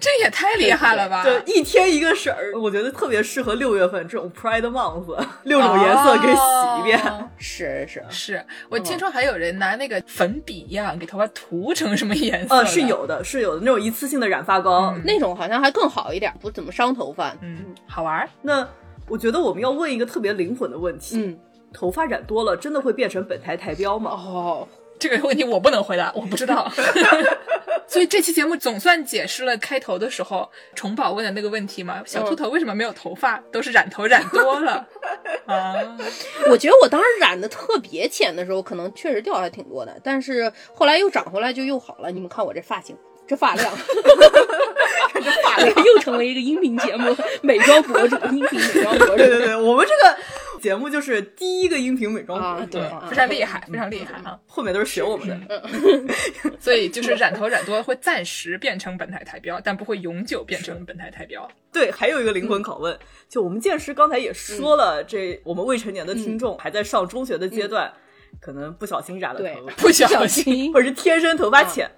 Speaker 2: 这也太厉害
Speaker 4: [laughs]
Speaker 2: 了吧！
Speaker 4: 就一天一个色儿，我觉得特别适合六月份这种 Pride Month，六种颜色给洗一遍。嗯
Speaker 2: 哦
Speaker 3: 是是，
Speaker 2: 是我听说还有人拿那个粉笔一样给头发涂成什么颜色？
Speaker 4: [laughs] 呃，是。有的，是有的那种一次性的染发膏。
Speaker 2: 嗯
Speaker 3: 那种好像还更好一点，不怎么伤头发。
Speaker 2: 嗯，好玩儿。
Speaker 4: 那我觉得我们要问一个特别灵魂的问题：
Speaker 3: 嗯，
Speaker 4: 头发染多了真的会变成本台台标吗？
Speaker 3: 哦，
Speaker 2: 这个问题我不能回答，我不知
Speaker 4: [laughs]
Speaker 2: 道。所以这期节目总算解释了开头的时候虫宝问的那个问题
Speaker 4: 嗯
Speaker 2: 嘛，小秃头为什么没有头发？都是染头染多了
Speaker 4: [laughs]
Speaker 2: 啊。
Speaker 3: 我觉得我当时染的特别浅的时候，可能确实掉还挺多的，但是后来又长回来就又好了。你们看我这发型。这发
Speaker 2: [laughs]
Speaker 3: 量，
Speaker 4: 这发量。
Speaker 3: 又成为一个音频节目美妆博主，音频美妆博主
Speaker 4: 对对对，我们这个节目就是第一个音频美妆博
Speaker 3: 啊，
Speaker 4: 主，
Speaker 3: 对啊，
Speaker 2: 非常厉害，非常厉害啊！
Speaker 4: 后面都是学我们的。
Speaker 2: 所以就是染头染多会暂时变成本台台标，但不会永久变成本台台标。
Speaker 4: 对，还有一个灵魂拷问，就我们剑师刚才也说了，这我们未成年的听众还在上中学的阶段，可能不小心染了
Speaker 3: 对
Speaker 4: 头发，
Speaker 2: 不
Speaker 3: 不
Speaker 2: 小
Speaker 3: 小
Speaker 2: 心，
Speaker 3: 心
Speaker 4: 或者是天生头发浅。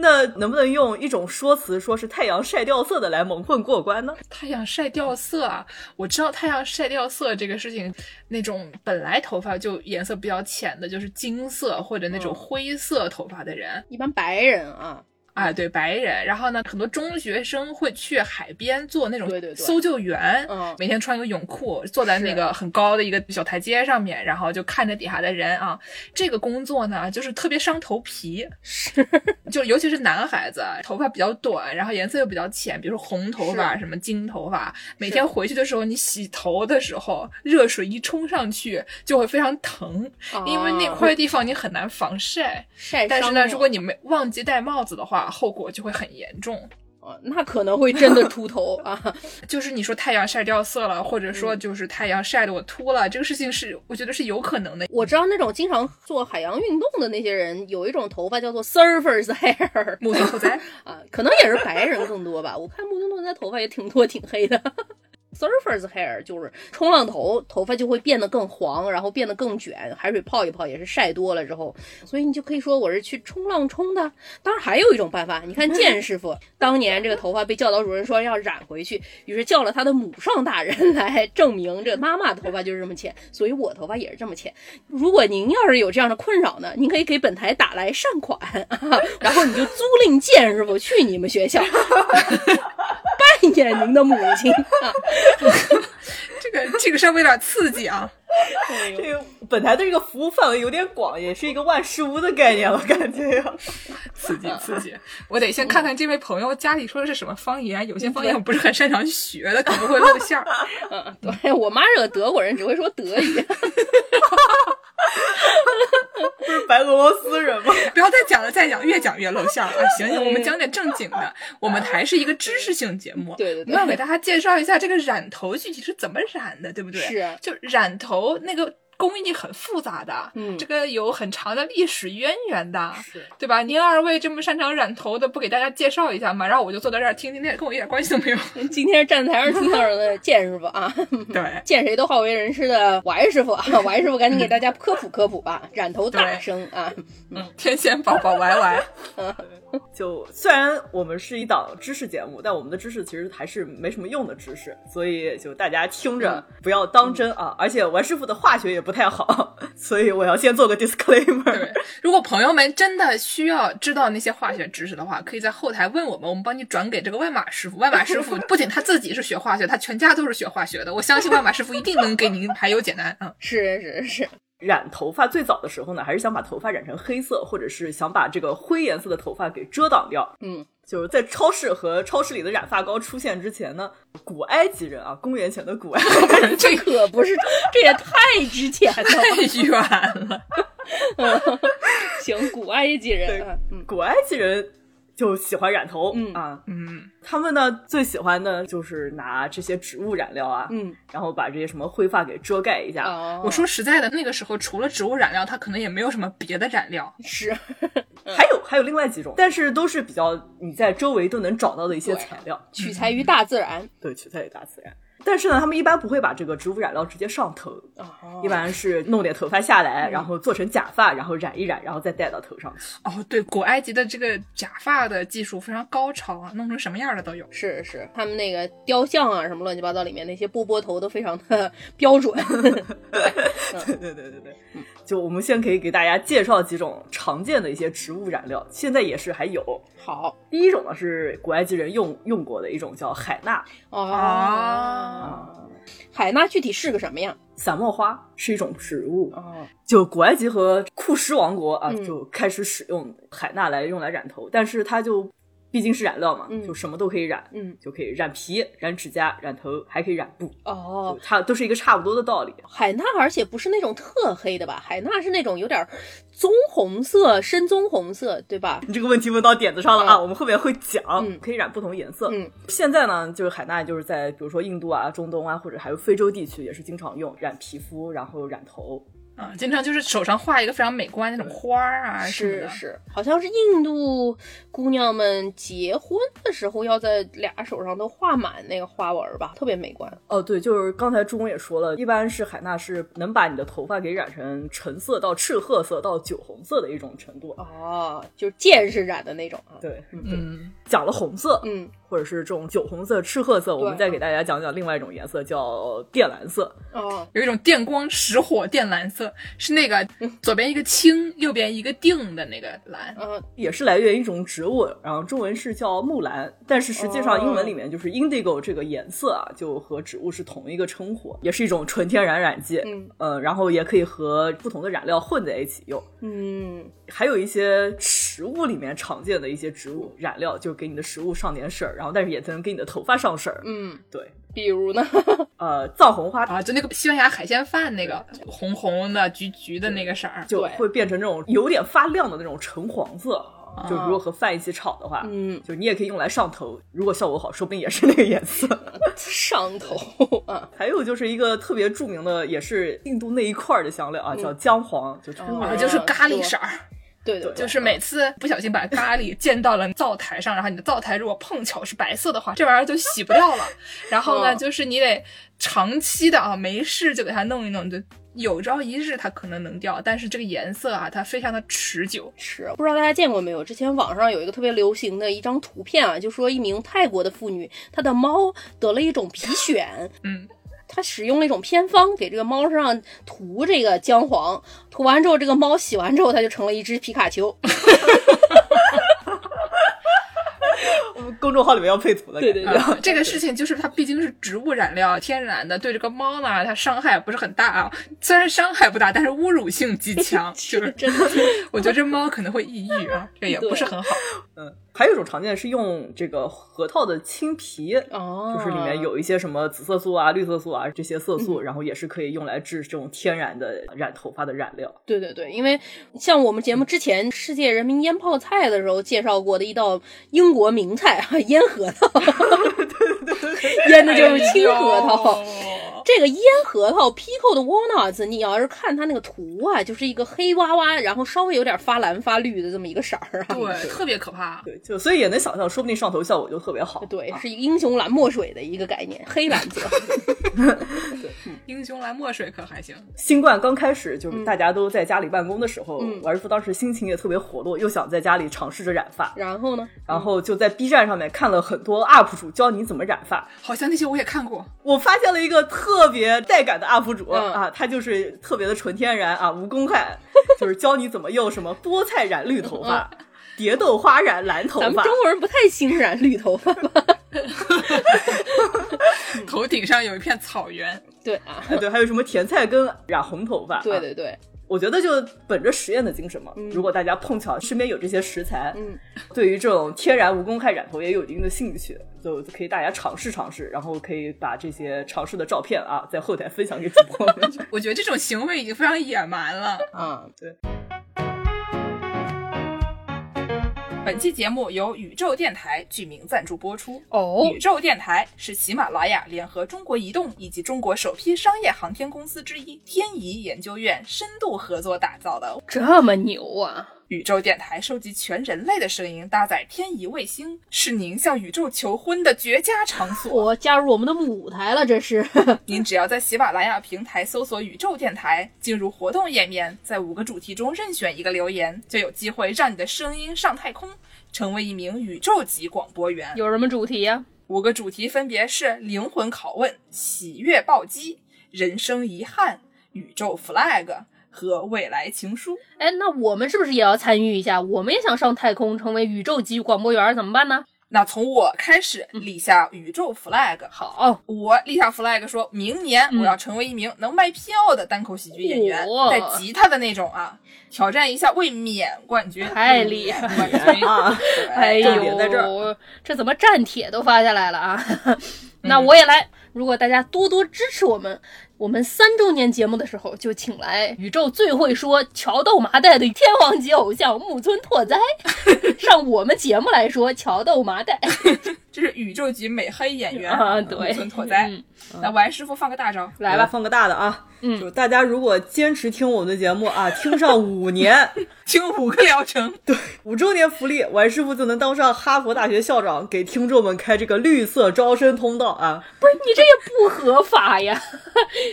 Speaker 4: 那能不能用一种说辞，说是太阳晒掉色的来蒙混过关呢？
Speaker 2: 太阳晒掉色啊！我知道太阳晒掉色这个事情，那种本来头发就颜色比较浅的，就是金色或者那
Speaker 3: 嗯
Speaker 2: 种灰色头发的人，
Speaker 3: 一般白人啊，
Speaker 2: 啊，对白人。然后呢，很多中学生会去海边做那种
Speaker 3: 对对对
Speaker 2: 搜救员，
Speaker 3: 嗯
Speaker 2: 每天穿个泳裤，坐在那个很高的一个小台阶上面，然后就看着底下的人啊。这个工作呢，就是特别伤头皮，
Speaker 3: 是
Speaker 2: [laughs] 就尤其是男孩子，头发比较短，然后颜色又比较浅，比如说红头发、什么金头发，每天回去的时候，你洗头的时候，热水一冲上去就会非常疼，因为那块地方你很难防晒。
Speaker 3: 晒
Speaker 2: 嗯
Speaker 3: 哦伤了。
Speaker 2: 但是呢，如果你没忘记戴帽子的话，后果就会很严重。
Speaker 3: 哦那可能会真的秃头啊， [laughs]
Speaker 2: 就是你说太阳晒掉色了，或者说就是太阳晒得我秃了，这个事情是我觉得是有可能的。
Speaker 3: 我知道那种经常做海洋运动的那些人，有一种头发叫
Speaker 2: [laughs]
Speaker 3: 做 surfers hair
Speaker 2: 目睹不在，
Speaker 3: 啊，可能也是白人更多吧。我看木村拓哉头发也挺多，挺黑的。 surfers hair 就是冲浪头，头发就会变得更黄，然后变得更卷。海水泡一泡也是晒多了之后，所以你就可以说我是去冲浪冲的。当然还有一种办法，你看剑师傅当年这个头发被教导主任说要染回去，于是叫了他的母上大人来证明这妈妈头发就是这么浅，所以我头发也是这么浅。如果您要是有这样的困扰呢，您可以给本台打来善款，然后你就租赁剑师傅去你们学校扮演您的母亲啊。
Speaker 2: 这个这个稍微有点刺激啊。
Speaker 3: [laughs] 哎呦
Speaker 4: 这个本台的这个服务范围有点广，也是一个万事屋的概念了，感觉呀。
Speaker 2: [laughs] 刺激刺 [laughs] 激！我得先看看这位朋友家里说的是什么方言，有些方言我不是很擅长学的，可不会露馅 [laughs] 儿。
Speaker 3: 嗯，对我妈是个德国人，只会说德语。
Speaker 4: 不是白俄罗斯人吗？
Speaker 2: 不要再讲了，再讲越讲越露馅儿了。啊行行，我们讲点正经 [laughs] 的，我们还是一个知识性节目，
Speaker 3: [laughs] 对对
Speaker 2: 我
Speaker 3: 对
Speaker 2: 们要给大家介绍一下这个染头具体是怎么染的，对不对？
Speaker 3: 是啊
Speaker 2: 就染头那个工艺很复杂的，
Speaker 3: 嗯
Speaker 2: 这个有很长的历史渊源的，对吧？您二位这么擅长染头的，不给大家介绍一下吗？然后我就坐在这儿听，今天跟我一点关系都没有。
Speaker 3: 今天站台上听到的见师傅啊，
Speaker 2: 对。
Speaker 3: 见谁都好为人师的歪师傅啊，歪师傅赶紧给大家科普科普吧，染头大
Speaker 2: 对
Speaker 3: 生啊，
Speaker 2: 嗯，天线宝宝歪
Speaker 3: [laughs]
Speaker 2: 歪，
Speaker 4: 就虽然我们是一档知识节目，但我们的知识其实还是没什么用的知识，所以就大家听着不要当真啊。而且王师傅的化学也不太好，所以我要先做个 disclaimer
Speaker 2: 对。，如果朋友们真的需要知道那些化学知识的话，可以在后台问我们，我们帮你转给这个外码师傅。外码师傅
Speaker 3: [laughs]
Speaker 2: 不仅他自己是学化学，他全家都是学化学的。我相信外码师傅一定能给您排忧解难
Speaker 3: [laughs]
Speaker 2: 啊！
Speaker 3: 是是是，
Speaker 4: 染头发最早的时候呢，还是想把头发染成黑色，或者是想把这个灰颜色的头发给遮挡掉。
Speaker 3: 嗯，
Speaker 4: 就是在超市和超市里的染发膏出现之前呢，古埃及人啊，公元前的古埃 [laughs] 及人
Speaker 2: 这个
Speaker 3: 可不是，这也太值钱了。
Speaker 2: 太远了，
Speaker 3: 行，古埃及人啊，嗯
Speaker 4: 古埃及人就喜欢染头、
Speaker 3: 嗯
Speaker 4: 啊，
Speaker 2: 嗯，
Speaker 4: 他们呢最喜欢的就是拿这些植物染料啊，
Speaker 3: 嗯，
Speaker 4: 然后把这些什么灰发给遮盖一下。
Speaker 3: 哦，
Speaker 2: 我说实在的，那个时候除了植物染料，它可能也没有什么别的染料。
Speaker 3: 是，嗯
Speaker 4: 还有还有另外几种，但是都是比较你在周围都能找到的一些
Speaker 3: 对
Speaker 4: 材料，
Speaker 3: 取材于大自然
Speaker 4: 对，取材于大自然。但是呢，他们一般不会把这个植物染料直接上头，
Speaker 3: 哦
Speaker 4: 一般是弄点头发下来，然后做成假发，然后染一染，然后再戴到头上去。
Speaker 2: 哦，对，古埃及的这个假发的技术非常高超啊，弄成什么样的都有。
Speaker 3: 是是，他们那个雕像啊，什么乱七八糟里面那些波波头都非常的 [laughs] 标准。嗯
Speaker 4: 对对对对对，嗯就我们先可以给大家介绍几种常见的一些植物染料，现在也是还有。
Speaker 3: 好
Speaker 4: 第一种呢是古埃及人用用过的一种叫海娜
Speaker 3: 哦，海娜具体是个什么样？
Speaker 4: 散墨花，是一种植物。
Speaker 3: 哦，
Speaker 4: 就古埃及和库什王国啊，
Speaker 3: 嗯
Speaker 4: 就开始使用海娜来用来染头，但是它就毕竟是染料嘛，
Speaker 3: 嗯
Speaker 4: 就什么都可以染，
Speaker 3: 嗯，
Speaker 4: 就可以染皮、染指甲、染头，还可以染布，
Speaker 3: 哦
Speaker 4: 就，它都是一个差不多的道理。
Speaker 3: 海娜，而且不是那种特黑的吧？海娜是那种有点棕红色、深棕红色，对吧？
Speaker 4: 你这个问题问到点子上了啊，
Speaker 3: 嗯
Speaker 4: 我们后面会讲，
Speaker 3: 嗯
Speaker 4: 可以染不同颜色。
Speaker 3: 嗯
Speaker 4: 现在呢，就是海娜就是在比如说印度啊、中东啊，或者还有非洲地区也是经常用，染皮肤，然后染头。
Speaker 2: 啊，经常就是手上画一个非常美观那种花儿啊什么
Speaker 3: 是
Speaker 2: 的，
Speaker 3: 是，好像是印度姑娘们结婚的时候要在俩手上都画满那个花纹儿吧，特别美观。
Speaker 4: 哦，对，就是刚才朱工也说了，一般是海娜是能把你的头发给染成橙色到赤褐色到酒红色的一种程度。啊
Speaker 3: 哦，就是剑士染的那种啊。
Speaker 4: 对，嗯
Speaker 2: 嗯。
Speaker 4: 讲了红色，
Speaker 3: 嗯，
Speaker 4: 或者是这种酒红色、赤褐色，我们
Speaker 3: 对嗯
Speaker 4: 再给大家讲讲另外一种颜色，叫靛蓝色。
Speaker 3: 哦，
Speaker 2: 有一种电光石火靛蓝色，是那
Speaker 3: [laughs]
Speaker 2: 个左边一个青，右边一个定的那个蓝。
Speaker 3: 嗯，
Speaker 4: 也是来源于一种植物，然后中文是叫木兰，但是实际上
Speaker 3: 哦
Speaker 4: 英文里面就是 indigo 这个颜色啊，就和植物是同一个称呼，也是一种纯天然染剂。
Speaker 3: 嗯
Speaker 4: 呃，然后也可以和不同的染料混在一起用。
Speaker 3: 嗯，
Speaker 4: 还有一些食物里面常见的一些植物染料，就给你的食物上点色儿，然后但是也能给你的头发上色儿。
Speaker 3: 嗯，
Speaker 4: 对，
Speaker 3: 比如呢？嗯
Speaker 4: 呃，藏红花
Speaker 2: 啊，就那个西班牙海鲜饭那个红红的、橘橘的那个色儿，
Speaker 4: 就
Speaker 3: 对
Speaker 4: 会变成这种有点发亮的那种橙黄色。就如果和饭一起炒的话，
Speaker 3: 嗯，
Speaker 4: 就你也可以用来上头，如果效果好，说不定也是那个颜色。
Speaker 3: 上头啊，
Speaker 4: 还有就是一个特别著名的，也是印度那一块儿的香料啊，叫姜黄，就通
Speaker 3: 嗯哦
Speaker 2: 啊，
Speaker 4: 人
Speaker 2: 就是咖喱色儿。
Speaker 3: 对对，
Speaker 2: 就是每次不小心把咖喱溅到了灶台上，然后你的灶台如果碰巧是白色的话，这玩意儿就洗不掉了。然后呢，
Speaker 3: 嗯
Speaker 2: 就是你得长期的啊，没事就给它弄一弄，就有朝一日它可能能掉，但是这个颜色啊，它非常的持久。
Speaker 3: 是，不知道大家见过没有？之前网上有一个特别流行的一张图片啊，就说一名泰国的妇女，她的猫得了一种皮癣，
Speaker 2: 嗯，
Speaker 3: 她使用了一种偏方，给这个猫身上涂这个姜黄，涂完之后，这个猫洗完之后，它就成了一只皮卡丘。
Speaker 4: 我们公众号里面要配图的，
Speaker 3: 对对
Speaker 4: 感觉
Speaker 2: 啊这个事情就是它毕竟是植物染料，天然的，对这个猫呢，它伤害不是很大啊。虽然伤害不大，但是侮辱性极
Speaker 3: [laughs]
Speaker 2: 强，就是
Speaker 3: 真的，
Speaker 2: [laughs] 我觉得这猫可能会抑郁啊，这也不是很好。
Speaker 4: 嗯，还有一种常见是用这个核桃的青皮，
Speaker 3: 哦，
Speaker 4: 就是里面有一些什么紫色素啊、绿色素啊这些色
Speaker 3: 嗯
Speaker 4: 素，然后也是可以用来制这种天然的染头发的染料。
Speaker 3: 对对对，因为像我们节目之前世界人民腌泡菜的时候介绍过的一道英国名菜 [laughs] 啊，腌核桃， [laughs] 腌的就是青核桃。
Speaker 2: 哎
Speaker 3: 这个腌核桃 （pico 的 walnuts），你要是看它那个图啊，就是一个黑哇哇，然后稍微有点发蓝发绿的这么一个色儿啊。
Speaker 2: 呦对，特别可怕。
Speaker 4: 对，就所以也能想象，说不定上头效果就特别好。
Speaker 3: [laughs] 对，
Speaker 4: 啊
Speaker 3: 是一个英雄蓝墨水的一个概念，黑蓝 [laughs] 色。
Speaker 2: 英雄蓝墨水可还行？
Speaker 4: 新冠刚开始就是大家都在家里办公的时候，
Speaker 3: 嗯
Speaker 4: 我儿子当时心情也特别活络，又想在家里尝试着染发，
Speaker 3: 然后呢？
Speaker 4: 然后就在 B 站上面看了很多 UP 主教你怎么染发，
Speaker 2: 好像那些我也看过，
Speaker 4: 我发现了一个特别带感的 UP 主、
Speaker 3: 嗯
Speaker 4: 啊，他就是特别的纯天然啊，无公害，就是教你怎么用什么菠菜染绿头发，蝶豆花染蓝头
Speaker 3: 嗯咱们
Speaker 4: 发。
Speaker 3: 中国人不太兴染绿头 [laughs] 发吧？
Speaker 2: 头顶上有一片草原。
Speaker 3: 对啊，
Speaker 4: 哎，对，还有什么甜菜根染红头发？
Speaker 3: 对
Speaker 4: 啊，
Speaker 3: 对对，
Speaker 4: 我觉得就本着实验的精神嘛。
Speaker 3: 嗯
Speaker 4: 如果大家碰巧身边有这些食材，
Speaker 3: 嗯，
Speaker 4: 对于这种天然无公害染头也有一定的兴趣，就可以大家尝试尝试，然后可以把这些尝试的照片啊，在后台分享给主播们。
Speaker 3: [laughs]
Speaker 2: 我觉得这种行为已经非常野蛮了。
Speaker 3: 啊，
Speaker 2: 本期节目由宇宙电台剧名赞助播出。
Speaker 3: 哦
Speaker 2: 宇宙电台是喜马拉雅联合中国移动以及中国首批商业航天公司之一天仪研究院深度合作打造的。
Speaker 3: 这么牛啊！
Speaker 2: 宇宙电台收集全人类的声音，搭载天仪卫星，是您向宇宙求婚的绝佳场所。
Speaker 3: 我加入我们的舞台了，
Speaker 5: [laughs]
Speaker 3: 这是。
Speaker 2: 您只要在喜马拉雅平台搜索“宇宙电台”，进入活动页面，在五个主题中任选一个留言，就有机会让你的声音上太空，成为一名宇宙级广播员。
Speaker 5: 有什么主题啊呀、
Speaker 2: 五个主题分别是灵魂拷问、喜悦暴击、人生遗憾、宇宙 flag 和未来情书。
Speaker 5: 哎，那我们是不是也要参与一下？我们也想上太空，成为宇宙级广播员儿，怎么办呢？
Speaker 2: 那从我开始立下宇宙 flag。
Speaker 5: 好，
Speaker 2: 我立下 flag 说，明年
Speaker 5: 嗯
Speaker 2: 我要成为一名能卖票的单口喜剧演员，
Speaker 5: 哇
Speaker 2: 带吉他的那种啊，挑战一下卫冕冠军，
Speaker 5: 太厉害
Speaker 2: 了！冠军
Speaker 4: 啊，
Speaker 2: 对
Speaker 5: [laughs] 哎
Speaker 4: 站点在这
Speaker 5: 呦，这怎么站帖都发下来了啊？ [laughs] 那我也来。如果大家多多支持我们，我们三周年节目的时候就请来宇宙最会说桥豆麻袋的天王级偶像木村拓哉 [laughs] 上我们节目来说桥豆麻袋。
Speaker 2: 这是宇宙级美黑演员
Speaker 5: 啊对
Speaker 2: 木村拓哉
Speaker 5: 嗯。
Speaker 2: 那完师傅放个大招，
Speaker 5: 来
Speaker 4: 我
Speaker 5: 吧，
Speaker 4: 放个大的啊！
Speaker 5: 嗯
Speaker 4: 就大家如果坚持听我们的节目啊， [laughs] 听上五年，
Speaker 2: 听五个疗程，
Speaker 4: 五周年福利，王师傅就能当上哈佛大学校长，给听众们开这个绿色招生通道啊！
Speaker 5: 你这也不合法呀！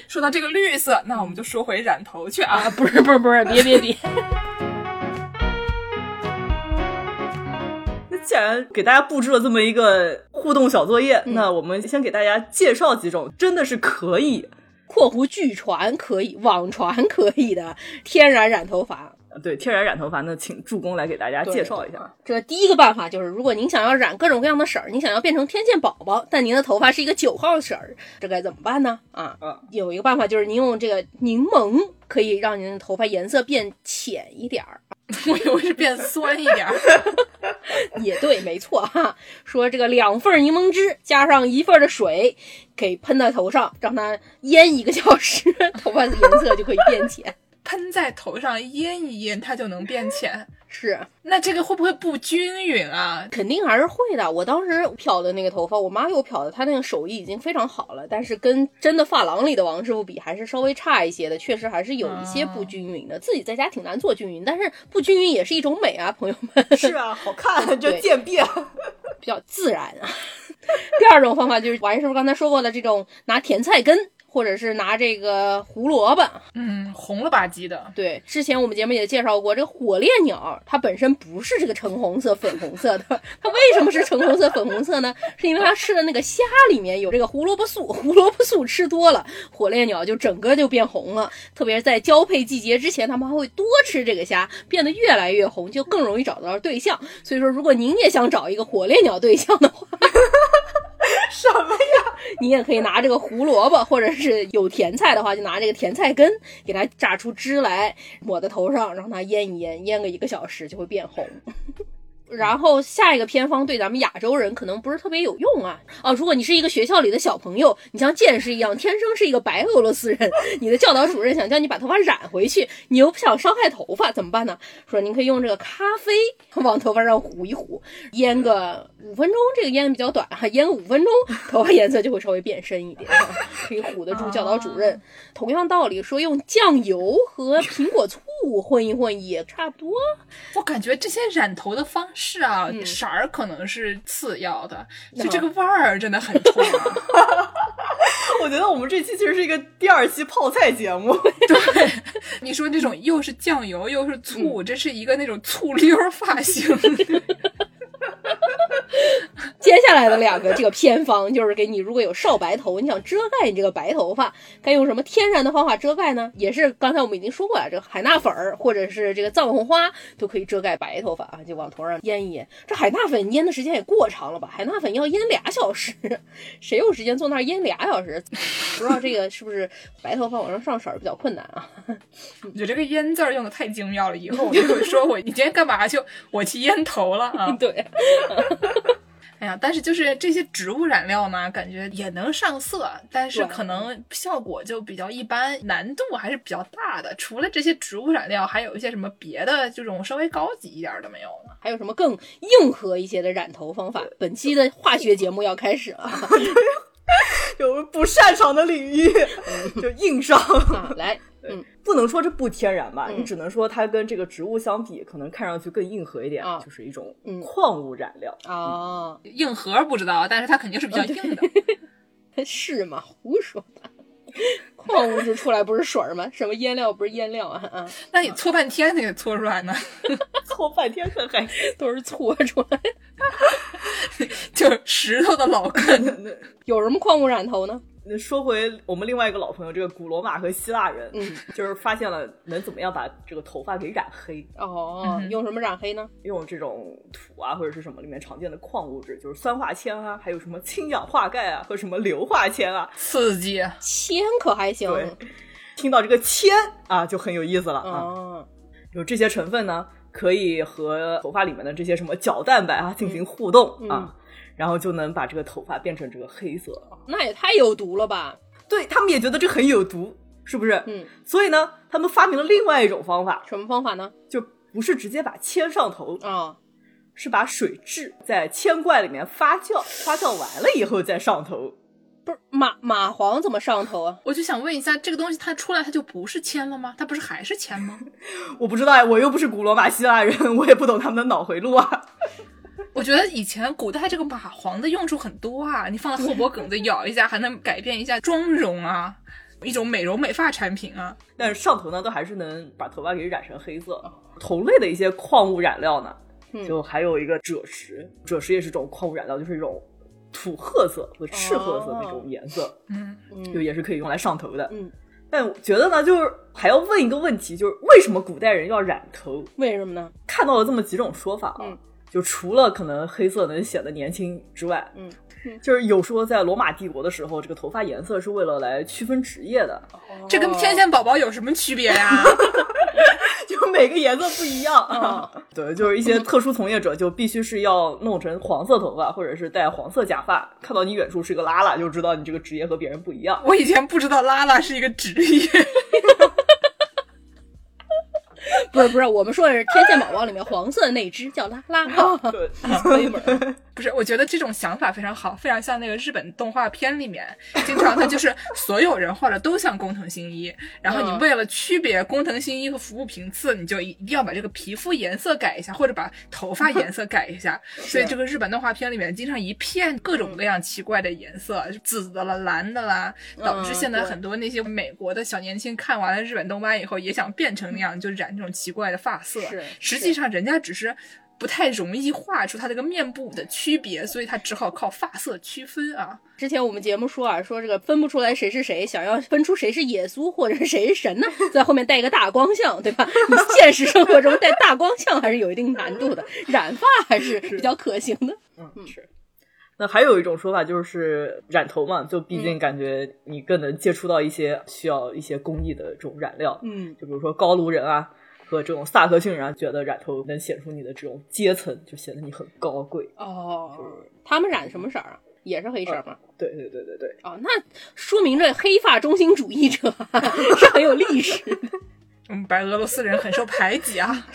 Speaker 2: 说到这个绿色，那我们就说回染头去啊。
Speaker 5: 啊， [laughs] 不是不是不是，别别别，
Speaker 4: 那既然给大家布置了这么一个互动小作业，那我们先给大家介绍几种真的是可以，
Speaker 3: （括弧据传可以，网传可以的天然染头发）。
Speaker 4: 对天然染头发，那请助攻来给大家介绍一下。
Speaker 3: 这第一个办法就是，如果您想要染各种各样的色儿，您想要变成天线宝宝，但您的头发是一个九号色儿，这该怎么办呢？啊
Speaker 4: 嗯，
Speaker 3: 有一个办法就是您用这个柠檬，可以让您的头发颜色变浅一点儿。
Speaker 2: 我以为是变酸一点儿，
Speaker 3: 也对，没错哈。说这个两份柠檬汁加上一份的水，给喷到头上，让它腌一个小时，头发的颜色就可以变浅。
Speaker 2: [laughs] 喷在头上腌一腌，它就能变浅。
Speaker 3: 是，啊
Speaker 2: 那这个会不会不均匀啊？
Speaker 3: 肯定还是会的。我当时漂的那个头发，我妈给我漂的，她那个手艺已经非常好了，但是跟真的发廊里的王师傅比，还是稍微差一些的，确实还是有一些不均匀的。自己在家挺难做均匀，但是不均匀也是一种美啊，朋友们，
Speaker 4: [laughs] 是啊，好看，这
Speaker 3: 对
Speaker 4: 渐变。
Speaker 3: [laughs] 比较自然啊。 [laughs] 第二种方法就是王师傅刚才说过的这种拿甜菜根。或者是拿这个胡萝卜，
Speaker 2: 嗯，红了吧唧的，
Speaker 3: 对，之前我们节目也介绍过，这个火烈鸟它本身不是这个橙红色、粉红色的，它为什么是橙红色、粉红色呢？是因为它吃的那个虾里面有这个胡萝卜素，胡萝卜素吃多了，火烈鸟就整个就变红了。特别是在交配季节之前，它们还会多吃这个虾，变得越来越红，就更容易找到对象。所以说，如果您也想找一个火烈鸟对象的话，
Speaker 4: 什么呀？
Speaker 3: 你也可以拿这个胡萝卜，或者是有甜菜的话，就拿这个甜菜根给它榨出汁来，抹在头上，让它腌一腌，腌个一个小时就会变红。然后下一个偏方对咱们亚洲人可能不是特别有用啊。哦，如果你是一个学校里的小朋友，你像剑士一样天生是一个白俄罗斯人，你的教导主任想叫你把头发染回去，你又不想伤害头发，怎么办呢？说您可以用这个咖啡往头发上糊一糊，腌个五分钟，这个腌的比较短啊，腌个五分钟，头发颜色就会稍微变深一点，啊可以唬得住教导主任。同样道理，说用酱油和苹果醋混一混也差不多。
Speaker 2: 我感觉这些染头的方式啊，
Speaker 3: 嗯
Speaker 2: 色儿可能是次要的，
Speaker 3: 那
Speaker 2: 就这个味儿真的很重啊。
Speaker 4: [laughs]
Speaker 2: [laughs]
Speaker 4: 我觉得我们这期其实是一个第二期泡菜节目， [laughs]
Speaker 2: 对，你说这种又是酱油又是
Speaker 3: 嗯
Speaker 2: 醋，这是一个那种醋溜儿发
Speaker 3: [laughs]
Speaker 2: 型。
Speaker 3: 接下来的两个这个偏方就是给你，如果有少白头，你想遮盖你这个白头发，该用什么天然的方法遮盖呢？也是刚才我们已经说过了，这个海纳粉儿或者是这个藏红花都可以遮盖白头发啊，就往头上腌一腌。这海纳粉腌的时间也过长了吧？海纳粉要腌俩小时，谁有时间坐那儿腌俩小时？ [laughs] 不知道这个是不是白头发往上上色儿比较困难啊？
Speaker 2: 你这个“腌”字儿用的太精妙了，以后我就会说我你今天干嘛去？我去腌头了啊！
Speaker 3: 对，
Speaker 2: 哎呀，但是就是这些植物染料呢，感觉也能上色，但是
Speaker 3: 对
Speaker 2: 可能效果就比较一般，难度还是比较大的。除了这些植物染料，还有一些什么别的这种稍微高级一点儿的没有呢？
Speaker 3: 还有什么更硬核一些的染头方法？本期的化学节目要开始了。
Speaker 4: 有不擅长的领域 [laughs] 就硬上。
Speaker 3: 啊，来，嗯
Speaker 4: 不能说这不天然吧，
Speaker 3: 嗯
Speaker 4: 你只能说它跟这个植物相比，可能看上去更硬核一点，
Speaker 3: 啊
Speaker 4: 就是一种
Speaker 3: 嗯
Speaker 4: 矿物染
Speaker 3: [laughs]
Speaker 4: 料。
Speaker 3: 啊，
Speaker 2: 硬核不知道，但是它肯定是比较硬的。 [laughs]
Speaker 3: [laughs] 是吗？胡说八道。矿物质出来不是水儿吗？什么腌料不是腌料啊？啊，
Speaker 2: 那你搓半天才给搓出来呢， [laughs]
Speaker 4: 搓半天可还
Speaker 3: 都是搓出来的。
Speaker 2: 就是石头的老根。
Speaker 3: 有什么矿物染头呢？
Speaker 4: 那说回我们另外一个老朋友，这个古罗马和希腊人，
Speaker 3: 嗯
Speaker 4: 就是发现了能怎么样把这个头发给染黑，
Speaker 3: 哦，
Speaker 2: 嗯
Speaker 3: 用什么染黑呢？
Speaker 4: 用这种土啊或者是什么里面常见的矿物质，就是酸化铅啊，还有什么氢氧化钙啊和什么硫化铅啊，
Speaker 2: 刺激，
Speaker 3: 铅可还行。
Speaker 4: 对，听到这个铅啊就很有意思了啊。
Speaker 3: 啊，
Speaker 4: 有这些成分呢，可以和头发里面的这些什么角蛋白啊进行互动、
Speaker 3: 嗯
Speaker 4: 啊，然后就能把这个头发变成这个黑色。
Speaker 3: 那也太有毒了吧？
Speaker 4: 对他们也觉得这很有毒，是不是？
Speaker 3: 嗯，
Speaker 4: 所以呢，他们发明了另外一种方法，
Speaker 3: 什么方法呢？
Speaker 4: 就不是直接把铅上头，
Speaker 3: 啊，
Speaker 4: 是把水蛭在铅罐里面发酵，发酵完了以后再上头。
Speaker 3: 不是蚂蚂蟥怎么上头啊？
Speaker 2: 我就想问一下，这个东西它出来它就不是铅了吗？它不是还是铅吗？
Speaker 4: 我不知道呀，我又不是古罗马希腊人，我也不懂他们的脑回路啊。
Speaker 2: [laughs] 我觉得以前古代这个蚂蟥的用处很多啊，你放在后脖梗子咬一下，还能改变一下妆容啊，一种美容美发产品啊。
Speaker 4: 但是上头呢，都还是能把头发给染成黑
Speaker 3: 哦
Speaker 4: 色。同类的一些矿物染料呢，
Speaker 3: 嗯
Speaker 4: 就还有一个赭石，赭石也是种矿物染料，就是一种土褐色和赤褐色的一种颜色，
Speaker 2: 嗯，
Speaker 4: 就
Speaker 3: 哦嗯
Speaker 4: 也是可以用来上头的。
Speaker 3: 嗯，
Speaker 4: 但我觉得呢，就是还要问一个问题，就是为什么古代人要染头？
Speaker 3: 为什么呢？
Speaker 4: 看到了这么几种说法啊，
Speaker 3: 嗯
Speaker 4: 就除了可能黑色能显得年轻之外，
Speaker 3: 嗯嗯
Speaker 4: 就是有说在罗马帝国的时候，这个头发颜色是为了来区分职业的，
Speaker 3: 哦
Speaker 2: 这跟天线宝宝有什么区别 [laughs] 呀、
Speaker 4: 就每个颜色不一样。
Speaker 3: 啊，
Speaker 4: 对，就是一些特殊从业者就必须是要弄成黄色头发，或者是戴黄色假发。看到你远处是个拉拉，就知道你这个职业和别人不一样。
Speaker 2: 我以前不知道拉拉是一个职业，
Speaker 3: 不是不是，我们说的是《天线宝宝》里面黄色的那只叫拉拉。
Speaker 2: [laughs]
Speaker 4: 对， [laughs]
Speaker 2: 不是，我觉得这种想法非常好，非常像那个日本动画片里面，经常它
Speaker 3: [laughs]
Speaker 2: 就是所有人画的都像工藤新一，然后你
Speaker 3: 嗯
Speaker 2: 为了区别工藤新一和服部平次，你就一定要把这个皮肤颜色改一下，或者把头发颜色改一
Speaker 3: [laughs]
Speaker 2: 下。所以这个日本动画片里面经常一片各
Speaker 3: 嗯
Speaker 2: 种各样奇怪的颜色，紫的啦、蓝的啦，导致
Speaker 3: 嗯
Speaker 2: 现在
Speaker 3: 对
Speaker 2: 很多那些美国的小年轻看完了日本动漫以后，也想变成那样， [laughs] 就染这种奇怪的发色。
Speaker 3: 是
Speaker 2: 实
Speaker 3: 是
Speaker 2: 际上人家只是不太容易画出他这个面部的区别，所以他只好靠发色区分啊。
Speaker 3: 之前我们节目说啊，说这个分不出来谁是谁，想要分出谁是耶稣或者是谁是神呢，在后面带一个大光像，对吧？你现实生活中带大光像还是有一定难度的，染发还是比较可行的。
Speaker 4: 嗯是。那还有一种说法就是染头嘛，就毕竟感觉你更能接触到一些需要一些工艺的这种染料，
Speaker 3: 嗯，
Speaker 4: 就比如说高卢人啊和这种萨克逊人啊，觉得染头能显出你的这种阶层，就显得你很高贵。
Speaker 3: 哦，他们染什么色儿啊？也是黑色吗？
Speaker 4: 对对对对对，
Speaker 3: 哦，那说明这黑发中心主义者 [laughs] 是很有历史的。
Speaker 2: [laughs] 我们白俄罗斯人很受排挤啊，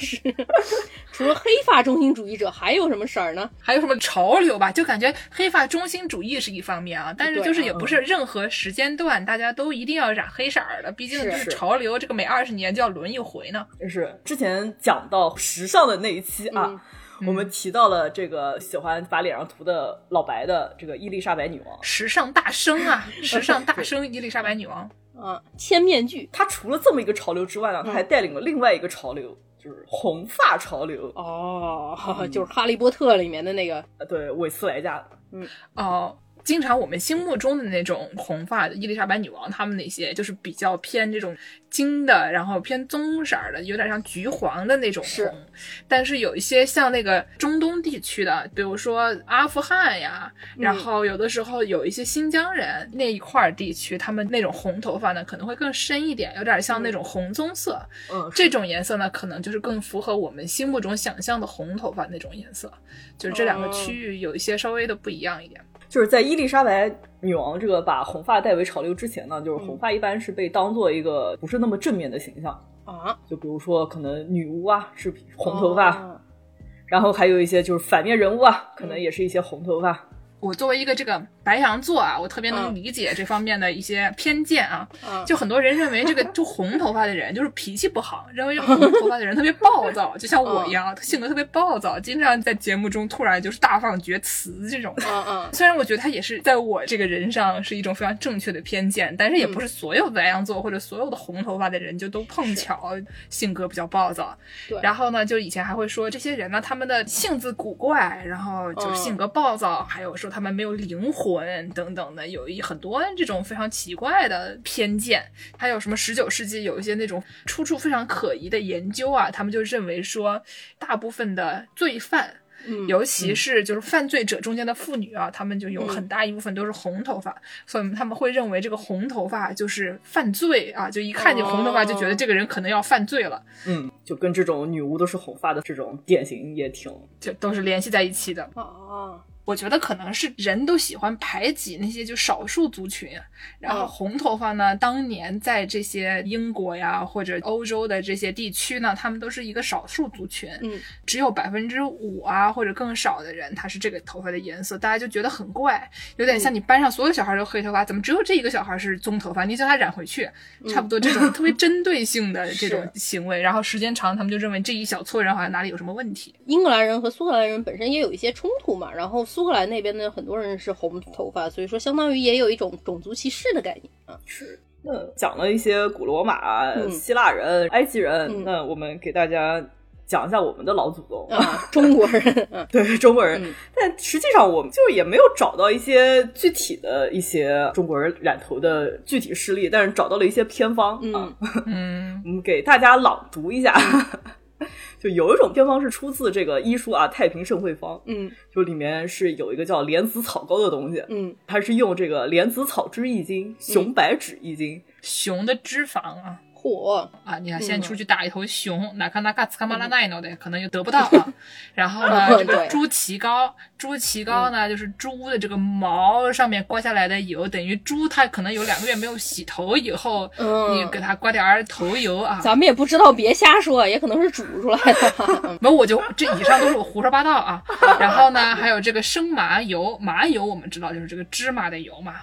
Speaker 3: 除了黑发中心主义者，还有什么色儿呢？
Speaker 2: [laughs] 还有什么潮流吧？就感觉黑发中心主义是一方面啊，但是
Speaker 3: 对
Speaker 2: 就是也不是任何时间段大家都一定要染黑色儿的，毕竟就是是
Speaker 4: 是
Speaker 2: 潮流，这个每二十年就要轮一回呢。
Speaker 4: 就是之前讲到时尚的那一期啊，我
Speaker 3: 嗯
Speaker 4: 们提到了这个喜欢把脸上涂的老白的这个伊丽莎白女王，
Speaker 2: 时尚大生 [laughs] 啊，时尚大生伊丽莎白女王，
Speaker 3: 啊，千面具。
Speaker 4: 她除了这么一个潮流之外
Speaker 3: 嗯
Speaker 4: 呢，她还带领了另外一个潮流，就是红发潮流。
Speaker 3: 哦，
Speaker 4: 嗯
Speaker 3: 就是《哈利波特》里面的那个
Speaker 4: 呃对，韦斯莱加
Speaker 2: 哦，经常我们心目中的那种红发的伊丽莎白女王，她们那些就是比较偏这种金的，然后偏棕色儿的，有点像橘黄的那种
Speaker 3: 是
Speaker 2: 红。但是有一些像那个中东地区的，比如说阿富汗呀，
Speaker 3: 嗯
Speaker 2: 然后有的时候有一些新疆人那一块儿地区，他们那种红头发呢可能会更深一点，有点像那种红棕色。
Speaker 4: 嗯，
Speaker 2: 这种颜色呢，可能就是更符合我们心目中想象的红头发那种颜色。就是这两个
Speaker 3: 哦
Speaker 2: 区域有一些稍微的不一样一点。
Speaker 4: 就是在伊丽莎白女王这个把红发带为潮流之前呢，
Speaker 3: 嗯
Speaker 4: 就是红发一般是被当做一个不是那么正面的形象，
Speaker 3: 啊，
Speaker 4: 就比如说可能女巫啊是嗯红头发，
Speaker 3: 哦嗯
Speaker 4: 然后还有一些就是反面人物啊，可能也是一些红头发。
Speaker 2: 我作为一个这个白羊座啊，我特别能
Speaker 3: 嗯
Speaker 2: 理解这方面的一些偏见啊。
Speaker 3: 啊
Speaker 2: 就很多人认为这个就红头发的人就是脾气不好，认为这个红头发的人特别暴躁，就像我一样，性格特别暴躁，经常在节目中突然就是大放厥词这种。
Speaker 3: 啊啊，
Speaker 2: 虽然我觉得他也是在我这个人上是一种非常正确的偏见，但是也不是所有白羊座或者所有的红头发的人就都碰巧性格比较暴躁。
Speaker 3: 对
Speaker 2: 然后呢，就以前还会说这些人呢，他们的性子古怪，然后就是性格暴躁，还有说他们没有灵魂等等的，有一很多这种非常奇怪的偏见。还有什么十九世纪有一些那种出处非常可疑的研究啊，他们就认为说，大部分的罪犯。
Speaker 3: 嗯
Speaker 2: 尤其是就是犯罪者中间的妇女啊，他们就有很大一部分都是红头发，所以他们会认为这个红头发就是犯罪啊，就一看见红头发就觉得
Speaker 3: 哦
Speaker 2: 这个人可能要犯罪了，
Speaker 4: 嗯，就跟这种女巫都是红发的这种典型也挺
Speaker 2: 就都是联系在一起的。
Speaker 3: 哦，
Speaker 2: 我觉得可能是人都喜欢排挤那些就少数族群，然后
Speaker 3: 嗯
Speaker 2: 红头发呢，当年在这些英国呀或者欧洲的这些地区呢，他们都是一个少数族群，
Speaker 3: 嗯
Speaker 2: 只有百分之五啊或者更少的人他是这个头发的颜色，大家就觉得很怪，有
Speaker 3: 嗯
Speaker 2: 点像你班上所有小孩都黑头发，怎么只有这一个小孩是棕头发？你叫他染回去，
Speaker 3: 嗯
Speaker 2: 差不多这种特别针对性
Speaker 3: [laughs]
Speaker 2: 的这种行为，然后时间长，他们就认为这一小撮人好像哪里有什么问题。
Speaker 3: 英格兰人和苏格兰人本身也有一些冲突嘛，然后苏格兰那边呢，很多人是红头发，所以说相当于也有一种种族歧视的概念啊。
Speaker 4: 那讲了一些古罗马、
Speaker 3: 嗯
Speaker 4: 希腊人、埃及人，
Speaker 3: 嗯
Speaker 4: 那我们给大家讲一下我们的老祖宗，
Speaker 3: 啊，中国人，嗯
Speaker 4: 对 [laughs] 中国人。
Speaker 3: 嗯
Speaker 4: 但实际上，我们就也没有找到一些具体的一些中国人染头的具体事例，但是找到了一些偏方、啊
Speaker 3: 嗯。
Speaker 2: 嗯，
Speaker 4: 我们给大家朗读一下。
Speaker 3: 嗯
Speaker 4: 就有一种偏方是出自这个医书啊，《太平盛会方》，
Speaker 3: 嗯
Speaker 4: 就里面是有一个叫莲子草膏的东西，
Speaker 3: 嗯，
Speaker 4: 它是用这个莲子草汁一斤、熊白芷一斤、
Speaker 2: 熊的脂肪啊，
Speaker 3: 嚯，
Speaker 2: 啊，你看现
Speaker 3: 嗯
Speaker 2: 在出去打一头熊，哪看那嘎斯卡马拉奈诺的，可能就得不到
Speaker 3: [laughs]
Speaker 2: 啊。然后呢，这个
Speaker 3: 哦对嗯
Speaker 2: 猪蹄膏，猪蹄膏呢，就是猪的这个毛上面刮下来的油，等于猪它可能有两个月没有洗头以后，
Speaker 3: 嗯
Speaker 2: 你给它刮点儿头油啊。
Speaker 3: 咱们也不知道，别瞎说，也可能是煮出来 [laughs] 的。
Speaker 2: 没有，我就这以上都是我胡说八道
Speaker 3: [laughs]
Speaker 2: 啊。然后呢，还有这个生麻油，麻油我们知道就是这个芝麻的油嘛，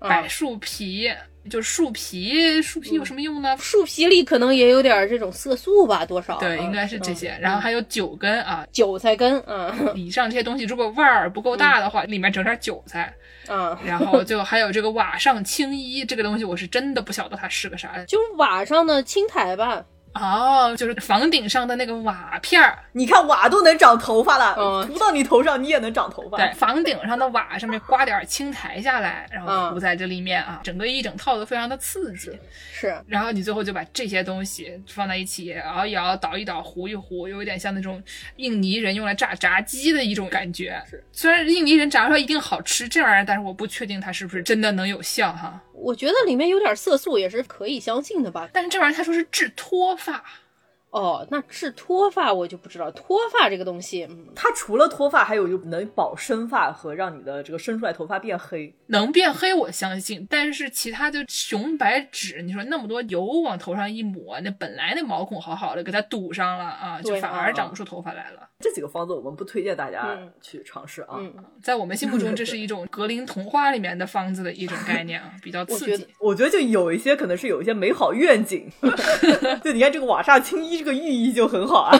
Speaker 3: 嗯
Speaker 2: 柏树皮。就是树皮，树皮有什么用呢？
Speaker 3: 树皮里可能也有点这种色素吧，多少？
Speaker 2: 对，
Speaker 3: 嗯
Speaker 2: 应该是这。些
Speaker 3: 嗯。
Speaker 2: 然后还有酒根啊，
Speaker 3: 韭菜根，
Speaker 2: [laughs]
Speaker 3: 嗯
Speaker 2: 以上这些东西如果腕儿不够大的话，里面整点韭菜，
Speaker 3: 嗯，
Speaker 2: 然后就还有这个瓦上青衣这个东西，我是真的不晓得它是个啥。
Speaker 3: 就是瓦上的青苔吧，
Speaker 2: 哦，就是房顶上的那个瓦片儿，
Speaker 4: 你看瓦都能长头发了，
Speaker 3: 嗯
Speaker 4: 涂到你头上你也能长头发。
Speaker 2: 对，房顶上的瓦上面刮点青苔下来，然后
Speaker 3: 嗯
Speaker 2: 涂在这里面啊，整个一整套都非常的刺激。
Speaker 3: 是，
Speaker 2: 然后你最后就把这些东西放在一起熬一熬、捣一捣、糊一糊，有一点像那种印尼人用来炸炸鸡的一种感觉。
Speaker 4: 是
Speaker 2: 虽然印尼人炸出来一定好吃这玩意儿，但是我不确定它是不是真的能有效哈。
Speaker 3: 我觉得里面有点色素也是可以相信的吧。
Speaker 2: 但是这玩意儿他说是治脱发，
Speaker 3: 哦，那治脱发我就不知道，脱发这个东西，嗯，
Speaker 4: 它除了脱发，还有就能保生发和让你的这个生出来头发变黑。
Speaker 2: 能变黑我相信，但是其他就熊白芷，你说那么多油往头上一抹，那本来那毛孔好好的，给它堵上了啊，就
Speaker 3: 对
Speaker 2: 反
Speaker 3: 啊
Speaker 2: 而长不出头发来了。
Speaker 4: 这几个方子我们不推荐大家
Speaker 3: 嗯
Speaker 4: 去尝试啊。
Speaker 3: 嗯
Speaker 2: 在我们心目中，这是一种格林童话里面的方子的一种概念啊，比较
Speaker 3: 我
Speaker 2: 刺
Speaker 3: 觉得
Speaker 2: 激。
Speaker 4: 我觉得就有一些可能是有一些美好
Speaker 3: [laughs]
Speaker 4: 愿景， [laughs] 就你看这个瓦煞青衣这个寓意就很好
Speaker 3: [laughs]
Speaker 4: 啊。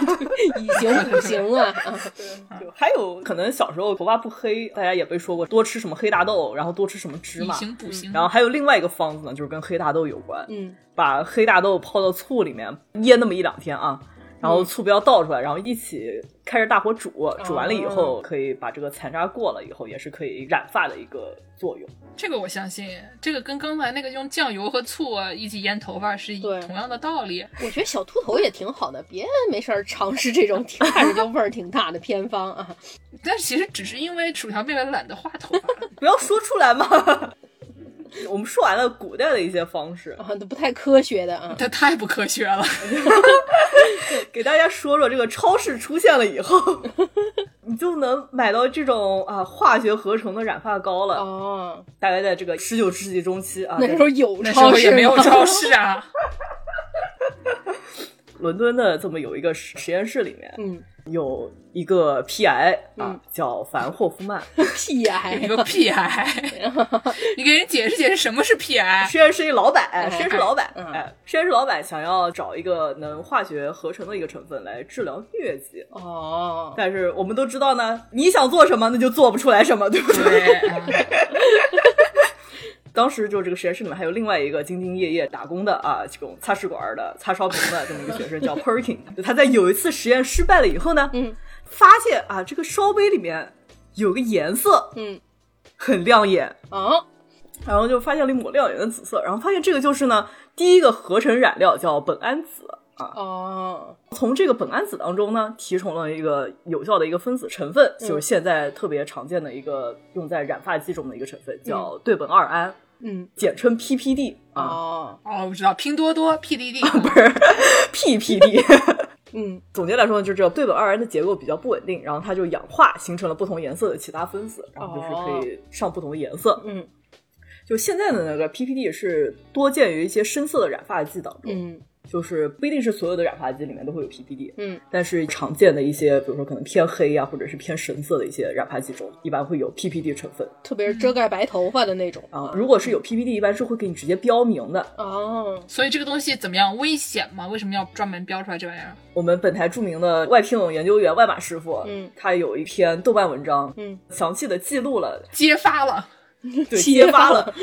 Speaker 3: 以形补形啊，嗯
Speaker 4: 就还有可能小时候头发不黑，大家也被说过多吃什么黑大豆，然后多吃什么芝
Speaker 2: 以
Speaker 4: 麻。
Speaker 2: 形补形，
Speaker 4: 嗯然后还有另外一个方子呢，就是跟黑大豆有关，
Speaker 3: 嗯，
Speaker 4: 把黑大豆泡到醋里面腌那么一两天啊，
Speaker 3: 嗯
Speaker 4: 然后醋不要倒出来，然后一起开着大火煮，煮完了以后
Speaker 3: 哦
Speaker 4: 可以把这个残渣过了以后，也是可以染发的一个作用。
Speaker 2: 这个我相信，这个跟刚才那个用酱油和醋啊一起腌头发是一
Speaker 3: 对
Speaker 2: 同样的道理。
Speaker 3: 我觉得小秃头也挺好的，别没事儿尝试这种听看着就味儿挺大的偏方啊。
Speaker 2: 但是其实只是因为薯条妹妹懒得画头发， [laughs]
Speaker 4: 不要说出来嘛。 [laughs] 我们说完了古代的一些方式，
Speaker 3: 啊，都不太科学的啊。
Speaker 2: 这太不科学了。
Speaker 4: 给大家说说这个超市出现了以后， [laughs] 你就能买到这种啊化学合成的染发膏了。
Speaker 3: 哦，
Speaker 4: 大概在这个十九世纪中期啊，
Speaker 3: 那时候有
Speaker 2: 那时
Speaker 3: 超
Speaker 2: 候也
Speaker 3: 市
Speaker 2: 没有
Speaker 3: 吗
Speaker 2: 超市啊。
Speaker 4: 伦敦的这么有一个实实验室里面
Speaker 3: 嗯
Speaker 4: 有一个 PI 啊
Speaker 3: 嗯，
Speaker 4: 叫凡霍夫曼。
Speaker 3: 屁
Speaker 2: [laughs]
Speaker 3: 癌
Speaker 2: 一个 PI，你给人解释解释什么是 PI。
Speaker 4: 实验室一老板，哎
Speaker 3: 嗯
Speaker 4: 实验室老板，
Speaker 3: 嗯
Speaker 4: 哎，实验室老板想要找一个能化学合成的一个成分来治疗疟疾，
Speaker 3: 哦，
Speaker 4: 但是我们都知道呢，你想做什么，那就做不出来什么，对不对？
Speaker 2: 对，啊
Speaker 4: [laughs] 当时就这个实验室里面还有另外一个兢兢业业打工的啊，这种擦拭管的、擦烧瓶的这么一个学生
Speaker 3: [laughs]
Speaker 4: 叫 Perkin，就他在有一次实验失败了以后呢，
Speaker 3: 嗯
Speaker 4: 发现啊这个烧杯里面有个颜色
Speaker 3: 嗯
Speaker 4: 很亮眼，
Speaker 3: 哦，
Speaker 4: 然后就发现了一抹亮眼的紫色，然后发现这个就是呢第一个合成染料叫苯胺紫。
Speaker 3: 哦，
Speaker 4: 从这个苯胺紫当中呢，提纯了一个有效的一个分子成分，
Speaker 3: 嗯
Speaker 4: 就是现在特别常见的一个用在染发剂中的一个成分，叫对苯二胺，
Speaker 3: 嗯，
Speaker 4: 简称 PPD 啊。
Speaker 3: 哦，
Speaker 2: 哦，我知道拼多多 PDD，
Speaker 4: PPD。
Speaker 3: 嗯，
Speaker 4: [laughs] 总结来说呢，就是这对苯二胺的结构比较不稳定，然后它就氧化形成了不同颜色的其他分子，然后就是
Speaker 3: 哦
Speaker 4: 可以上不同的颜色。
Speaker 3: 嗯
Speaker 4: 就现在的那个 PPD 是多见于一些深色的染发剂当中，
Speaker 3: 嗯
Speaker 4: 就是不一定是所有的染发剂里面都会有 PPD，
Speaker 3: 嗯，
Speaker 4: 但是常见的一些，比如说可能偏黑啊，或者是偏深色的一些染发剂中，一般会有 PPD 成分。
Speaker 3: 特别是
Speaker 2: 嗯
Speaker 3: 遮盖白头发的那种
Speaker 4: 啊，如果是有 PPD，一般是会给你直接标明的。
Speaker 3: 哦，
Speaker 2: 所以这个东西怎么样？危险吗？为什么要专门标出来这玩意儿？
Speaker 4: 我们本台著名的外聘研究员外马师傅，
Speaker 3: 嗯
Speaker 4: 他有一篇豆瓣文章，
Speaker 3: 嗯，
Speaker 4: 详细的记录了，
Speaker 2: 揭发了，
Speaker 4: 对，
Speaker 3: 揭
Speaker 4: 揭发
Speaker 3: 发
Speaker 4: 了，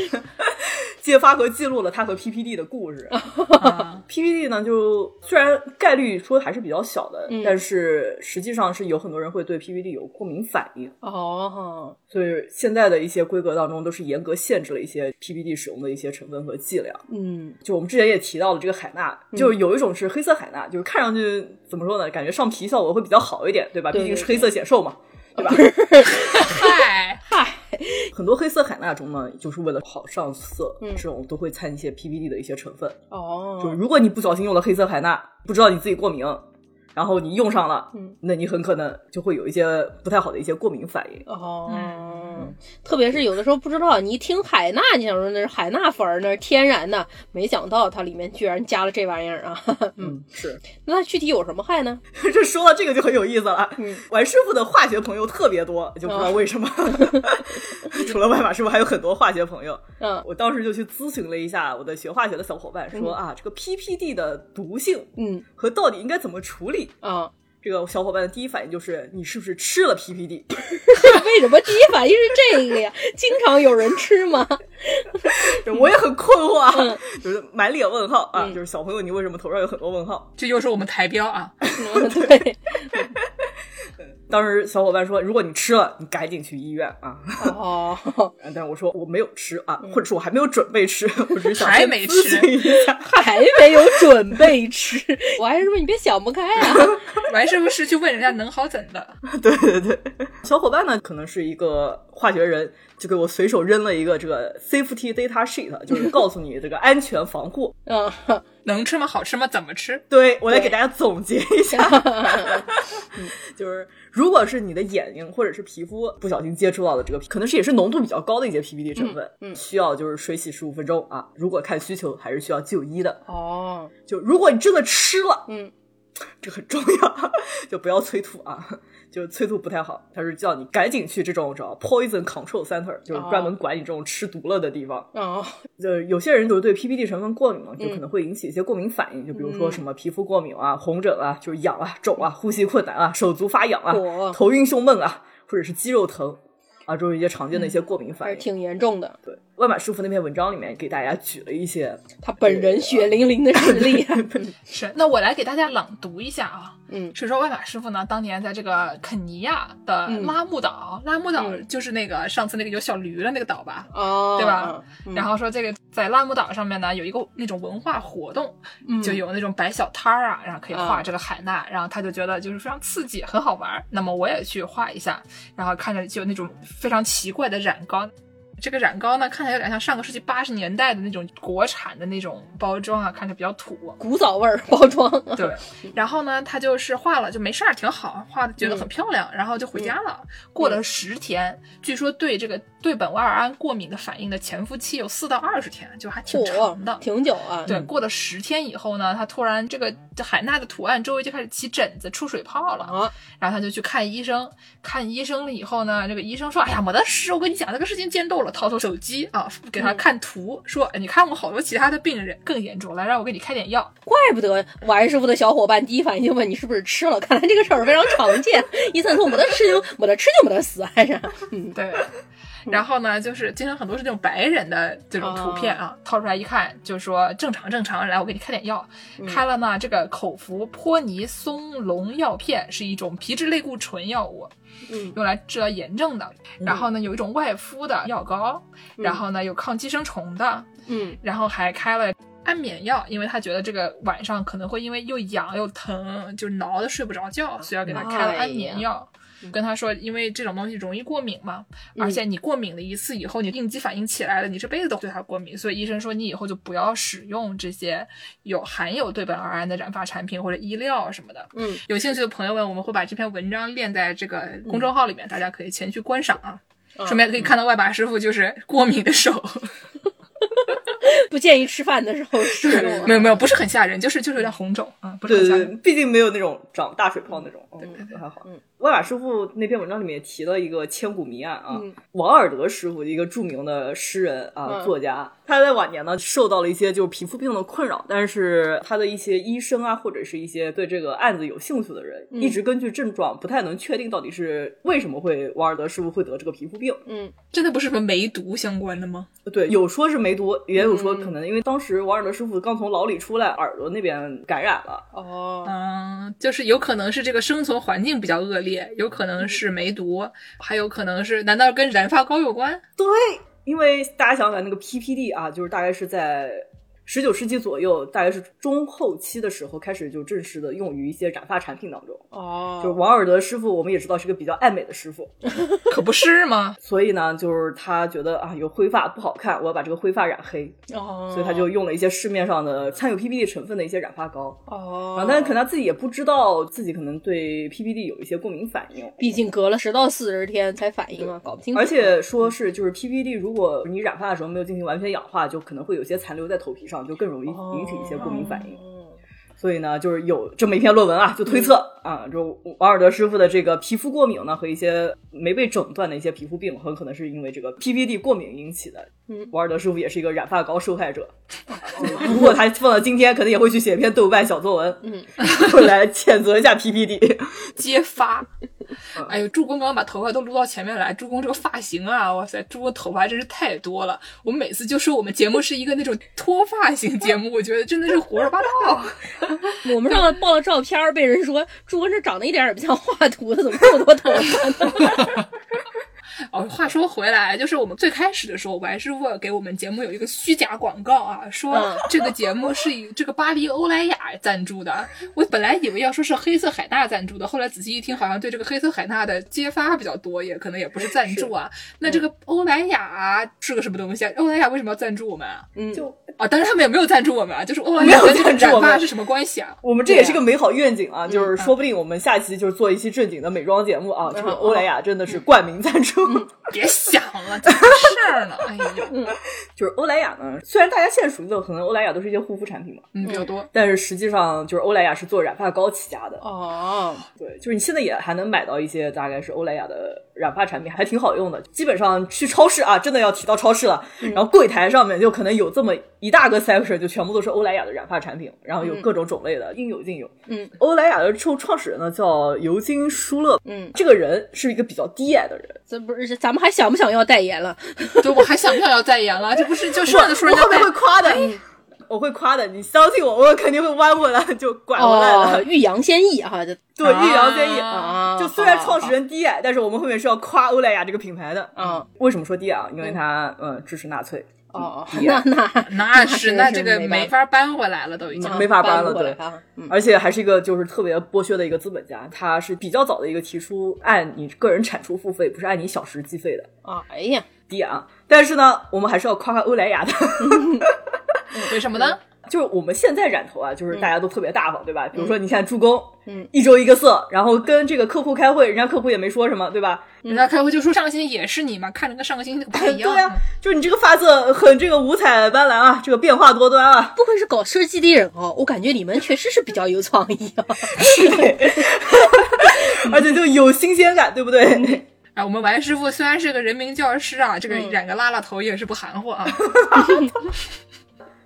Speaker 4: [laughs] 揭发和记录了他和 PPD 的故事。
Speaker 2: 啊
Speaker 4: PPD 呢，就虽然概率说还是比较小的，
Speaker 3: 嗯
Speaker 4: 但是实际上是有很多人会对 PPD 有过敏反应。
Speaker 3: 哦，
Speaker 4: 所以现在的一些规格当中，都是严格限制了一些 PPD 使用的一些成分和剂量。
Speaker 3: 嗯
Speaker 4: 就我们之前也提到了这个海娜，就是有一种是黑色海娜，就是看上去怎么说呢，感觉上皮效果会比较好一点，对吧？
Speaker 3: 对
Speaker 4: 毕竟是
Speaker 3: 对
Speaker 4: 黑色显瘦嘛。
Speaker 2: 嗨，
Speaker 4: 很多黑色海娜中呢，就是为了好上色，
Speaker 3: 嗯
Speaker 4: 这种都会掺一些 PVD 的一些成分。就
Speaker 3: 哦，
Speaker 4: 如果你不小心用了黑色海娜，不知道你自己过敏，然后你用上了，
Speaker 3: 嗯
Speaker 4: 那你很可能就会有一些不太好的一些过敏反应。
Speaker 3: 哦。
Speaker 2: 嗯
Speaker 3: 特别是有的时候不知道，你一听海娜，你想说那是海娜粉儿，那是天然的，没想到它里面居然加了这玩意儿啊！ [laughs]
Speaker 4: 嗯，是。 [laughs]
Speaker 3: 那它具体有什么害呢？
Speaker 4: 这说到这个就很有意思了。
Speaker 3: 嗯
Speaker 4: 玩师傅的化学朋友特别多，就不
Speaker 2: 嗯
Speaker 4: 知道为什么。 [laughs] 除了外马师傅，还有很多化学朋友。
Speaker 3: 嗯
Speaker 4: 我当时就去咨询了一下我的学化学的小伙伴，说
Speaker 3: 嗯
Speaker 4: 啊，这个 PPD 的毒性
Speaker 3: 嗯
Speaker 4: 和到底应该怎么处理？
Speaker 3: 啊，
Speaker 4: 这个小伙伴的第一反应就是你是不是吃了
Speaker 2: [laughs]
Speaker 4: PPD？
Speaker 3: [laughs] 为什么第一反应是这个呀？经常有人吃吗？ [laughs]
Speaker 4: 就我也很困惑啊，
Speaker 2: 嗯
Speaker 4: [laughs] 就是满脸问号啊，
Speaker 3: 嗯
Speaker 4: 就是小朋友你为什么头上有很多问号？
Speaker 2: 这又是我们台标啊，
Speaker 3: 嗯对，
Speaker 4: 当时小伙伴说，如果你吃了，你赶紧去医院啊。
Speaker 3: 哦，
Speaker 4: 但是我说我没有吃啊，或者说我还没有准备吃，我只是
Speaker 2: 嗯
Speaker 4: 想
Speaker 2: 还
Speaker 4: 先
Speaker 2: 没
Speaker 4: 咨
Speaker 2: 吃
Speaker 4: 询一下。
Speaker 3: 还没有准备吃， [laughs] 我还是说你别想不开 [laughs] 啊！
Speaker 2: 完是不是去问人家能好怎的？
Speaker 4: 对对对， [laughs] 小伙伴呢可能是一个化学人，就给我随手扔了一个这个 safety data sheet，就是告诉你这个安全防
Speaker 3: [laughs]
Speaker 4: 护。
Speaker 3: 嗯，
Speaker 2: 能吃吗？好吃吗？怎么吃？
Speaker 4: 对我来
Speaker 3: 对
Speaker 4: 给大家总结一下， [laughs] 就是如果是你的眼睛或者是皮肤不小心接触到的这个，可能是也是浓度比较高的一些 PPD 成分，
Speaker 3: 嗯嗯
Speaker 4: 需要就是水洗十五分钟啊。如果看需求，还是需要就医的。
Speaker 3: 哦，
Speaker 4: 就如果你真的吃了，
Speaker 3: 嗯，
Speaker 4: 这很重要，就不要催吐啊，就催吐不太好。他是叫你赶紧去这种叫 poison control center，就是专门管你这种吃毒了的地方。
Speaker 3: 哦，
Speaker 4: 就是有些人就是对 PPD 成分过敏嘛，就
Speaker 3: 嗯
Speaker 4: 可能会引起一些过敏反应，就比如说
Speaker 3: 嗯
Speaker 4: 什么皮肤过敏啊、红疹啊、就是痒啊、肿啊、呼吸困难啊、手足发痒啊、
Speaker 3: 我
Speaker 4: 头晕胸闷啊，或者是肌肉疼啊，这种一些常见的一些过敏
Speaker 3: 嗯还
Speaker 4: 反
Speaker 3: 是
Speaker 4: 应。
Speaker 3: 挺严重的。
Speaker 4: 对，外马师傅那篇文章里面给大家举了一些，
Speaker 3: 他本人血淋淋的实力，啊 [laughs]
Speaker 2: 是，那我来给大家朗读一下啊。
Speaker 3: 嗯
Speaker 2: 是说外马师傅呢，当年在这个肯尼亚的
Speaker 3: 嗯
Speaker 2: 拉木岛，拉木岛
Speaker 3: 嗯
Speaker 2: 就是那个上次那个有小驴的那个岛吧？
Speaker 3: 哦，
Speaker 2: 对吧
Speaker 3: 嗯？
Speaker 2: 然后说这个在拉姆岛上面呢，有一个那种文化活动，
Speaker 3: 嗯
Speaker 2: 就有那种摆小摊儿啊，然后可以画
Speaker 3: 嗯
Speaker 2: 这个海娜，然后他就觉得就是非常刺激，很好玩儿。那么我也去画一下，然后看着就有那种非常奇怪的染膏。这个染膏呢，看起来有点像上个世纪八十年代的那种国产的那种包装啊，看着比较土。
Speaker 3: 古早味儿包装，啊
Speaker 2: 对，然后呢，他就是画了，就没事儿，挺好，画的觉得很漂亮，
Speaker 3: 嗯
Speaker 2: 然后就回家了。过了十天，据说对这个对苯瓦尔胺过敏的反应的潜伏期有四到二十天，就还 [laughs] 挺长的
Speaker 3: 嚯。挺久啊。
Speaker 2: 对，
Speaker 4: 嗯
Speaker 2: 过了十天以后呢，他突然这个这海娜的图案周围就开始起疹子、出水泡了，
Speaker 3: 啊，
Speaker 2: 然后他就去看医生。看医生了以后呢，这个医生说：“哎呀，没得事，我跟你讲，这个事情见斗了。”掏出手机啊，给他
Speaker 3: 嗯
Speaker 2: 看图，说：“哎，你看我好多其他的病人更严重，来让我给你开点药。”
Speaker 3: 怪不得王师傅的小伙伴第一反应就问你是不是吃了，看来这个事儿非常常见。 [laughs] 医生说没得吃就没得吃就没得死，还是
Speaker 2: 对，
Speaker 3: 嗯
Speaker 2: 然后呢，就是经常很多是这种白人的这种图片
Speaker 3: 哦
Speaker 2: 啊，掏出来一看，就说正常正常，来我给你开点药，
Speaker 3: 嗯
Speaker 2: 开了呢这个口服泼尼松龙药片是一种皮质类固醇药物，
Speaker 3: 嗯
Speaker 2: 用来治疗炎症的，然后呢有一种外敷的药膏，
Speaker 3: 嗯
Speaker 2: 然后呢有抗寄生虫的，
Speaker 3: 嗯
Speaker 2: 然后还开了。安眠药，因为他觉得这个晚上可能会因为又痒又疼，就是挠的睡不着觉，所以要给他开了安眠药。跟他说，因为这种东西容易过敏嘛，
Speaker 3: 嗯
Speaker 2: 而且你过敏了一次以后，你应激反应起来了，你这辈子都对它过敏，所以医生说你以后就不要使用这些有含有对苯二胺的染发产品或者医料什么的。
Speaker 3: 嗯，
Speaker 2: 有兴趣的朋友们，我们会把这篇文章链在这个公众号里面，大家可以前去观赏啊。
Speaker 3: 嗯
Speaker 2: 顺便可以看到外把师傅就是过敏的手，
Speaker 3: 不建议吃饭的时候使用、啊。
Speaker 2: 没有没有，不是很吓人，就是就是有点红肿啊，不是
Speaker 4: 对
Speaker 2: 很吓
Speaker 4: 对
Speaker 2: 人。
Speaker 4: 对，毕竟没有那种长大水泡那种，
Speaker 2: 对对对
Speaker 4: 嗯，还好
Speaker 3: 嗯。
Speaker 4: 万马师傅那篇文章里面也提了一个千古谜案啊
Speaker 3: 嗯，
Speaker 4: 王尔德师傅一个著名的诗人啊
Speaker 3: 嗯
Speaker 4: 作家，他在晚年呢受到了一些就是皮肤病的困扰，但是他的一些医生啊或者是一些对这个案子有兴趣的人，
Speaker 3: 嗯
Speaker 4: 一直根据症状不太能确定到底是为什么会王尔德师傅会得这个皮肤病。
Speaker 3: 嗯
Speaker 2: 真的不是什么梅毒相关的吗？
Speaker 4: 对，有说是梅毒，也有说
Speaker 3: 嗯
Speaker 4: 可能因为当时王尔德师傅刚从牢里出来，耳朵那边感染了。
Speaker 3: 哦
Speaker 2: 嗯，就是有可能是这个生存环境比较恶劣，有可能是梅毒，还有可能是难道跟染发膏有关？
Speaker 4: 因为大家想想那个 PPD 啊，就是大概是在十九世纪左右，大约是中后期的时候开始就正式的用于一些染发产品当中。
Speaker 3: 哦
Speaker 4: 就是王尔德师傅，我们也知道是个比较爱美的师傅，
Speaker 2: 可不是吗？
Speaker 4: 所以呢，就是他觉得啊有灰发不好看，我要把这个灰发染黑，
Speaker 3: 哦，
Speaker 4: 所以他就用了一些市面上的掺有 PPD 成分的一些染发膏。
Speaker 3: 哦，
Speaker 4: 啊，但是可能他自己也不知道自己可能对 PPD 有一些过敏反应，
Speaker 3: 毕竟隔了十到四十天才反应啊，搞不清楚。
Speaker 4: 而且说是就是 PPD，如果你染发的时候没有进行完全氧化，就可能会有些残留在头皮上，就更容易
Speaker 3: 哦
Speaker 4: 引起一些过敏反应。
Speaker 3: 嗯
Speaker 4: 所以呢，就是有这么一篇论文啊，就推测、啊，就王尔德师傅的这个皮肤过敏呢和一些没被诊断的一些皮肤病，很可能是因为这个 PPD 过敏引起的。
Speaker 3: 嗯
Speaker 4: 王尔德师傅也是一个染发膏受害者。如果他放到今天，可能也会去写一篇豆瓣小作文，
Speaker 3: 嗯，
Speaker 4: 会 [laughs] 来谴责一下 PPD。
Speaker 2: [laughs] 揭发。哎呦，助攻刚刚把头发都撸到前面来，助攻这个发型啊，哇塞，助攻头发真是太多了。我每次就说我们节目是一个那种脱发型节目，我觉得真的是胡说八道。
Speaker 3: 我们上了报了照片儿，被人说朱文这长得一点也不像画图的，怎么这么多头
Speaker 4: [laughs]
Speaker 3: 发呢？
Speaker 2: 哦，话说回来，就是我们最开始的时候，白师傅给我们节目有一个虚假广告啊，说
Speaker 3: 嗯
Speaker 2: 这个节目是以这个巴黎欧莱雅赞助的。我本来以为要说是黑色海娜赞助的，后来仔细一听，好像对这个黑色海娜的揭发比较多，也可能也不是赞助啊。那这个欧莱雅是个什么东西啊？欧莱雅为什么要赞助我们啊？
Speaker 3: 嗯，
Speaker 4: 就
Speaker 2: 啊，当然他们也没有赞助我们啊，就是欧莱雅
Speaker 4: 没有
Speaker 2: 跟这个
Speaker 4: 赞助
Speaker 2: 染
Speaker 4: 我们
Speaker 2: 发是什么关系啊？
Speaker 4: 我们这也是个美好愿景啊，就是
Speaker 2: 嗯
Speaker 4: 说不定我们下期就是做一期正经的美妆节目啊，这个
Speaker 3: 嗯
Speaker 4: 欧莱雅真的是冠名赞助。
Speaker 2: 别想了，怎么回事儿呢？哎呦，
Speaker 4: [laughs] 就是欧莱雅呢，虽然大家现在熟悉的可能欧莱雅都是一些护肤产品嘛，
Speaker 2: 嗯，比较多。
Speaker 4: 但是实际上就是欧莱雅是做染发膏起家的。
Speaker 3: 哦，
Speaker 4: 对，就是你现在也还能买到一些大概是欧莱雅的染发产品，还挺好用的。基本上去超市啊，真的要提到超市了，然后柜台上面就可能有这么一大个 section，就全部都是欧莱雅的染发产品，然后有各种种类的，应有尽有。
Speaker 3: 嗯，
Speaker 4: 欧莱雅的创创始人呢叫尤金舒勒，
Speaker 3: 嗯，
Speaker 4: 这个人是一个比较低矮的人，
Speaker 3: 这不是咱们还想不想要代言了？
Speaker 2: 对，我还想不想要代言了？这不是就哎上
Speaker 4: 我
Speaker 2: 次说人家
Speaker 4: 我后面
Speaker 2: 代
Speaker 4: 会夸的。
Speaker 3: 哎
Speaker 4: 我会夸的，你相信我，我肯定会弯过来，就拐过来的。
Speaker 3: 哦，欲扬先抑哈，就
Speaker 4: 对，欲扬先抑。
Speaker 3: 啊，
Speaker 4: 就虽然创始人低矮，但是我们后面是要夸欧莱雅这个品牌的。
Speaker 3: 嗯，
Speaker 4: 为什么说低矮啊？因为它
Speaker 2: 嗯
Speaker 4: 呃支持纳粹，
Speaker 3: [laughs] 哦，
Speaker 4: 低
Speaker 3: 那
Speaker 4: 矮
Speaker 3: 那
Speaker 2: 那是那
Speaker 3: 那
Speaker 2: 这
Speaker 3: 真
Speaker 2: 个
Speaker 3: 是没
Speaker 2: 没
Speaker 3: 办
Speaker 2: 法搬回来了，都已经。
Speaker 4: 没法搬
Speaker 3: 搬
Speaker 4: 了
Speaker 3: 过来
Speaker 4: 对
Speaker 3: 啊嗯
Speaker 4: 而且还是一个就是特别剥削的一个资本家。他是比较早的一个提出按你个人产出付费，不是按你小时计费的
Speaker 3: 啊，哎呀，
Speaker 4: 低矮啊。但是呢，我们还是要夸夸欧莱雅的。
Speaker 2: 为什么呢？
Speaker 4: 就是我们现在染头啊，就是大家都特别大方，对吧？比如说你看助攻，
Speaker 3: 嗯，
Speaker 4: 一周一个色，然后跟这个客户开会，人家客户也没说什么，对吧？
Speaker 2: 人家开会就说上个星期也是你嘛，看着跟上个星期那个不
Speaker 4: [laughs]
Speaker 2: 太一样。
Speaker 4: 对啊呀、就是你这个发色很这个五彩斑斓啊，这个变化多端啊，
Speaker 3: 不愧是搞设计的人哦，我感觉你们确实是比较有创意啊。
Speaker 4: 而且就有新鲜感，对不对？
Speaker 2: 啊，我们白师傅虽然是个人民教师啊，这个染个拉拉头也是不含糊啊。
Speaker 4: [laughs]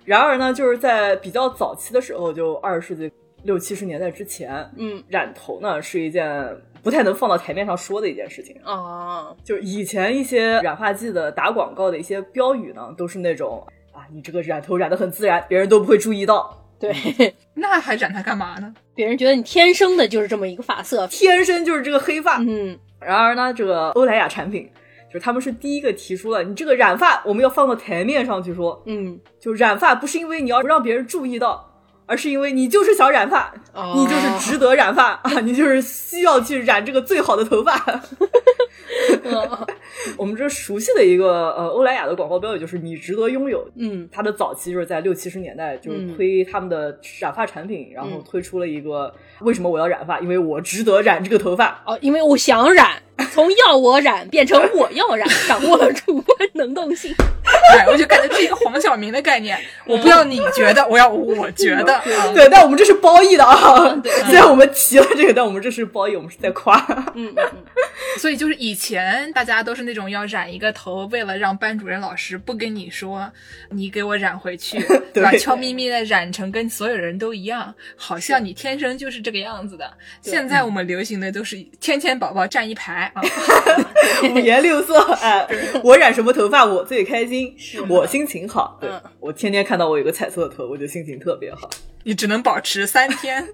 Speaker 4: 然而呢，就是在比较早期的时候，就二十世纪六七十年代之前，
Speaker 3: [laughs] 嗯，
Speaker 4: 染头呢是一件不太能放到台面上说的一件事情。啊
Speaker 3: 哦，
Speaker 4: 就是以前一些染发剂的打广告的一些标语呢，都是那种啊，你这个染头染得很自然，别人都不会注意到，
Speaker 3: 对，
Speaker 2: 那还染它干嘛呢？
Speaker 3: 别人觉得你天生的就是这么一个发色。
Speaker 4: 天生就是这个黑发。
Speaker 3: 嗯，
Speaker 4: 然而呢，这个欧莱雅产品。就是他们是第一个提出了你这个染发，我们要放到台面上去说，
Speaker 3: 嗯，
Speaker 4: 就染发不是因为你要让别人注意到，而是因为你就是想染发，
Speaker 3: 哦
Speaker 4: 你就是值得染发 [laughs] 啊，你就是需要去染这个最好的
Speaker 3: [laughs]
Speaker 4: 头发。
Speaker 3: 哦
Speaker 4: [laughs] 我们这熟悉的一个呃欧莱雅的广告标语就是“你值得拥有”。
Speaker 3: 嗯，
Speaker 4: 它的早期就是在六七十年代，就是
Speaker 3: 嗯
Speaker 4: 推他们的染发产品，然后推出了一个为什么我要染发？因为我值得染这个头发。
Speaker 3: 哦，因为我想染，从要我染变成我要染，掌握了主观 [laughs] 能动性。
Speaker 2: 哎，我就感觉这是一个黄晓明的概念，我不要你觉得，我要我觉得。啊
Speaker 4: 对，但我们这是褒义的
Speaker 3: [laughs]
Speaker 4: 啊。虽然我们提了这个，但我们这是褒义，我们是在夸。
Speaker 3: [laughs] 嗯嗯
Speaker 2: 所以就是以前大家都是那种要染一个头，为了让班主任老师不跟你说，你给我染回去， [laughs] 对吧？
Speaker 4: 对
Speaker 2: 悄咪咪的染成跟所有人都一样，好像你天生就是这个样子的。现在我们流行的都是天天宝宝站一排啊， [laughs]
Speaker 4: 五颜六色，哎，我染什么头发我最开心，我心情好，对
Speaker 3: 嗯
Speaker 4: 我天天看到我有个彩色的头，我就心情特别好。
Speaker 2: 你只能保持三 [laughs] 天。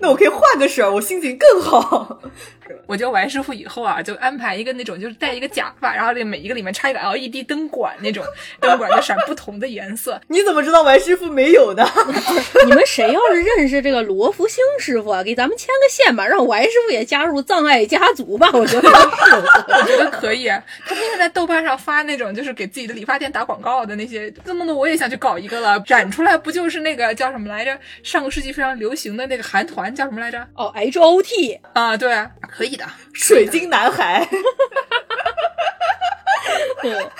Speaker 4: 那我可以换个绳儿，我心情更好。 [laughs]
Speaker 2: 我叫王师傅以后啊，就安排一个那种就是戴一个假发，然后这每一个里面插一个 LED 灯管那种，灯管就闪不同的颜色。
Speaker 4: 你怎么知道王师傅没有呢？ [laughs]
Speaker 3: [laughs] 你们谁要是认识这个罗福星师傅啊，给咱们牵个线吧，让王师傅也加入葬爱家族 [laughs] 吧。我觉得
Speaker 2: 我觉得可以、啊，他天天在豆瓣上发那种就是给自己的理发店打广告的那些，这弄得我也想去搞一个了。染出来不就是那个叫什么来着？上个世纪非常流行的那个韩团叫什么来着？
Speaker 3: 哦，H O T，
Speaker 2: 啊，对，可以的。
Speaker 4: 水晶男孩，
Speaker 3: 嗯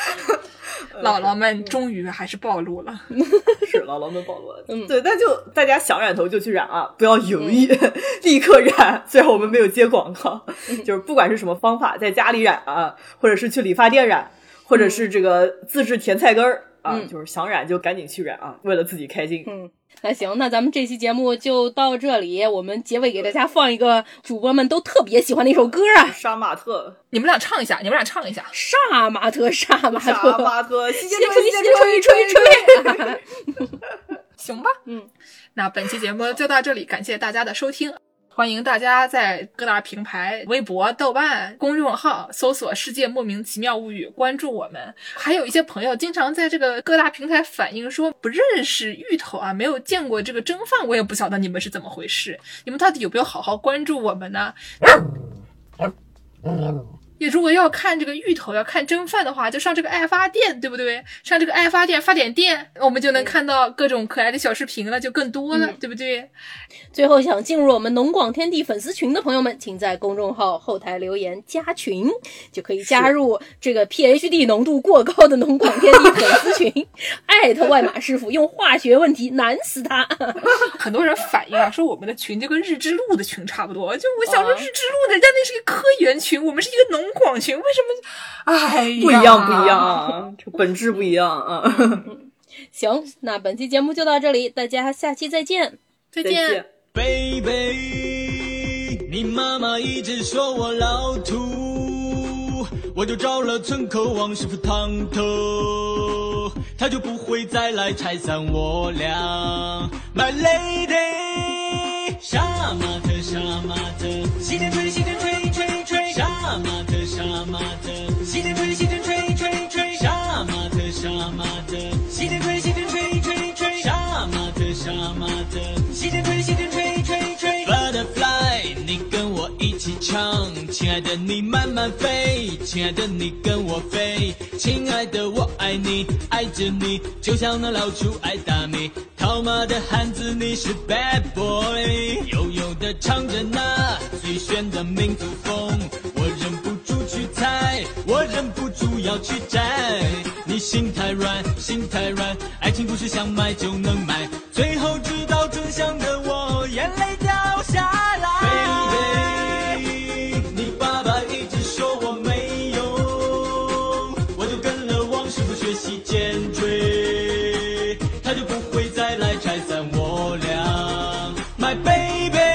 Speaker 2: 姥姥们终于还是暴露了，
Speaker 4: [laughs] 是姥姥们暴露了。
Speaker 3: 嗯
Speaker 4: 对，那就大家想染头就去染啊，不要犹豫，立刻染。虽然我们没有接广告，
Speaker 3: 嗯
Speaker 4: [laughs] 就是不管是什么方法，在家里染啊，或者是去理发店染，或者是这个自制甜菜根儿啊，
Speaker 3: 嗯
Speaker 4: 就是想染就赶紧去染啊，为了自己开心。
Speaker 3: 嗯， [laughs] 那行，那咱们这期节目就到这里，我们结尾给大家放一个主播们都特别喜欢的一首歌啊，
Speaker 4: 哎杀马特，
Speaker 2: 你们俩唱一下，你们俩唱一下。
Speaker 3: 杀马特，杀马
Speaker 4: 杀
Speaker 3: 特，
Speaker 4: 马特，西街
Speaker 3: 先吹
Speaker 4: 吹，西
Speaker 3: 先
Speaker 4: 街吹，
Speaker 3: 吹吹
Speaker 4: 吹吹。
Speaker 3: 吹，
Speaker 2: 行吧，
Speaker 3: 嗯，
Speaker 2: 那本期节目就到这里，感谢大家的收听。欢迎大家在各大平台、微博、豆瓣、公众号搜索“世界莫名其妙物语”，关注我们。还有一些朋友经常在这个各大平台反映说不认识芋头啊，没有见过这个蒸饭，我也不晓得你们是怎么回事，你们到底有没有好好关注我们呢？也如果要看这个芋头，要看蒸饭的话，就上这个爱发店，对不对？上这个爱发店发点店，我们就能看到各种可爱的小视频了，就更多了，
Speaker 3: 嗯
Speaker 2: 对不对？
Speaker 3: 最后，想进入我们农广天地粉丝群的朋友们，请在公众号后台留言加群，就可以加入这个 PhD 浓度过高的农广天地粉丝群，艾特外马师傅用化学问题难死他。 [laughs]
Speaker 2: 很多人反映啊，说我们的群就跟日之路的群差不多，就我想说
Speaker 3: 啊
Speaker 2: 日之路的人家那是一个科研群，我们是一个农广群，为什么？哎呀，
Speaker 4: 不一样，不一样，啊！这本质不一样啊！
Speaker 3: 嗯行，那本期节目就到这里，大家下期再见。
Speaker 2: 再
Speaker 4: 再
Speaker 2: 见
Speaker 4: 见。。
Speaker 6: baby，你妈妈一直说我老土，我就照了村口王师傅烫头，她就不会再来拆散我俩。My lady，杀马特，杀马特，西天吹，西天吹，吹吹，杀马特，杀马特，西天吹，西天吹，吹吹，杀马特，杀马特，西天吹，西天吹，吹吹，杀马特，杀马特，西天吹，西天吹，吹吹，Butterfly，你跟我一起唱，亲爱的你慢慢飞，亲爱的你跟我飞，亲爱的我爱你，爱着你，就像那老鼠爱大米，套马的汉子你是 bad boy，悠悠的唱着那最炫的民族风，我忍不住去猜，我忍不住要去摘。你心太软，心太软，爱情不是想买就能买，最后知道真相的我，眼泪掉下来。Baby，你爸爸一直说我没用，我就跟了王师傅学习尖锥，他就不会再来拆散我俩。My baby，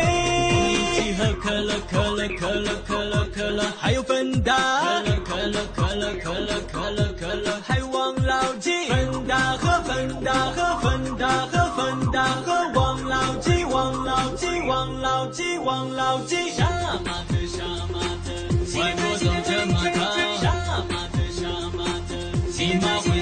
Speaker 6: 一起喝可乐，可乐，可乐，可乐，可乐，还有芬达。可乐，可乐，可乐，可乐，可乐，可乐，还有王老吉。芬达喝，芬达喝，芬达喝，芬达喝，王老吉，王老吉，王老吉，王老吉。杀马特，杀马特，外婆总这么烫。杀马特，杀马特，你妈会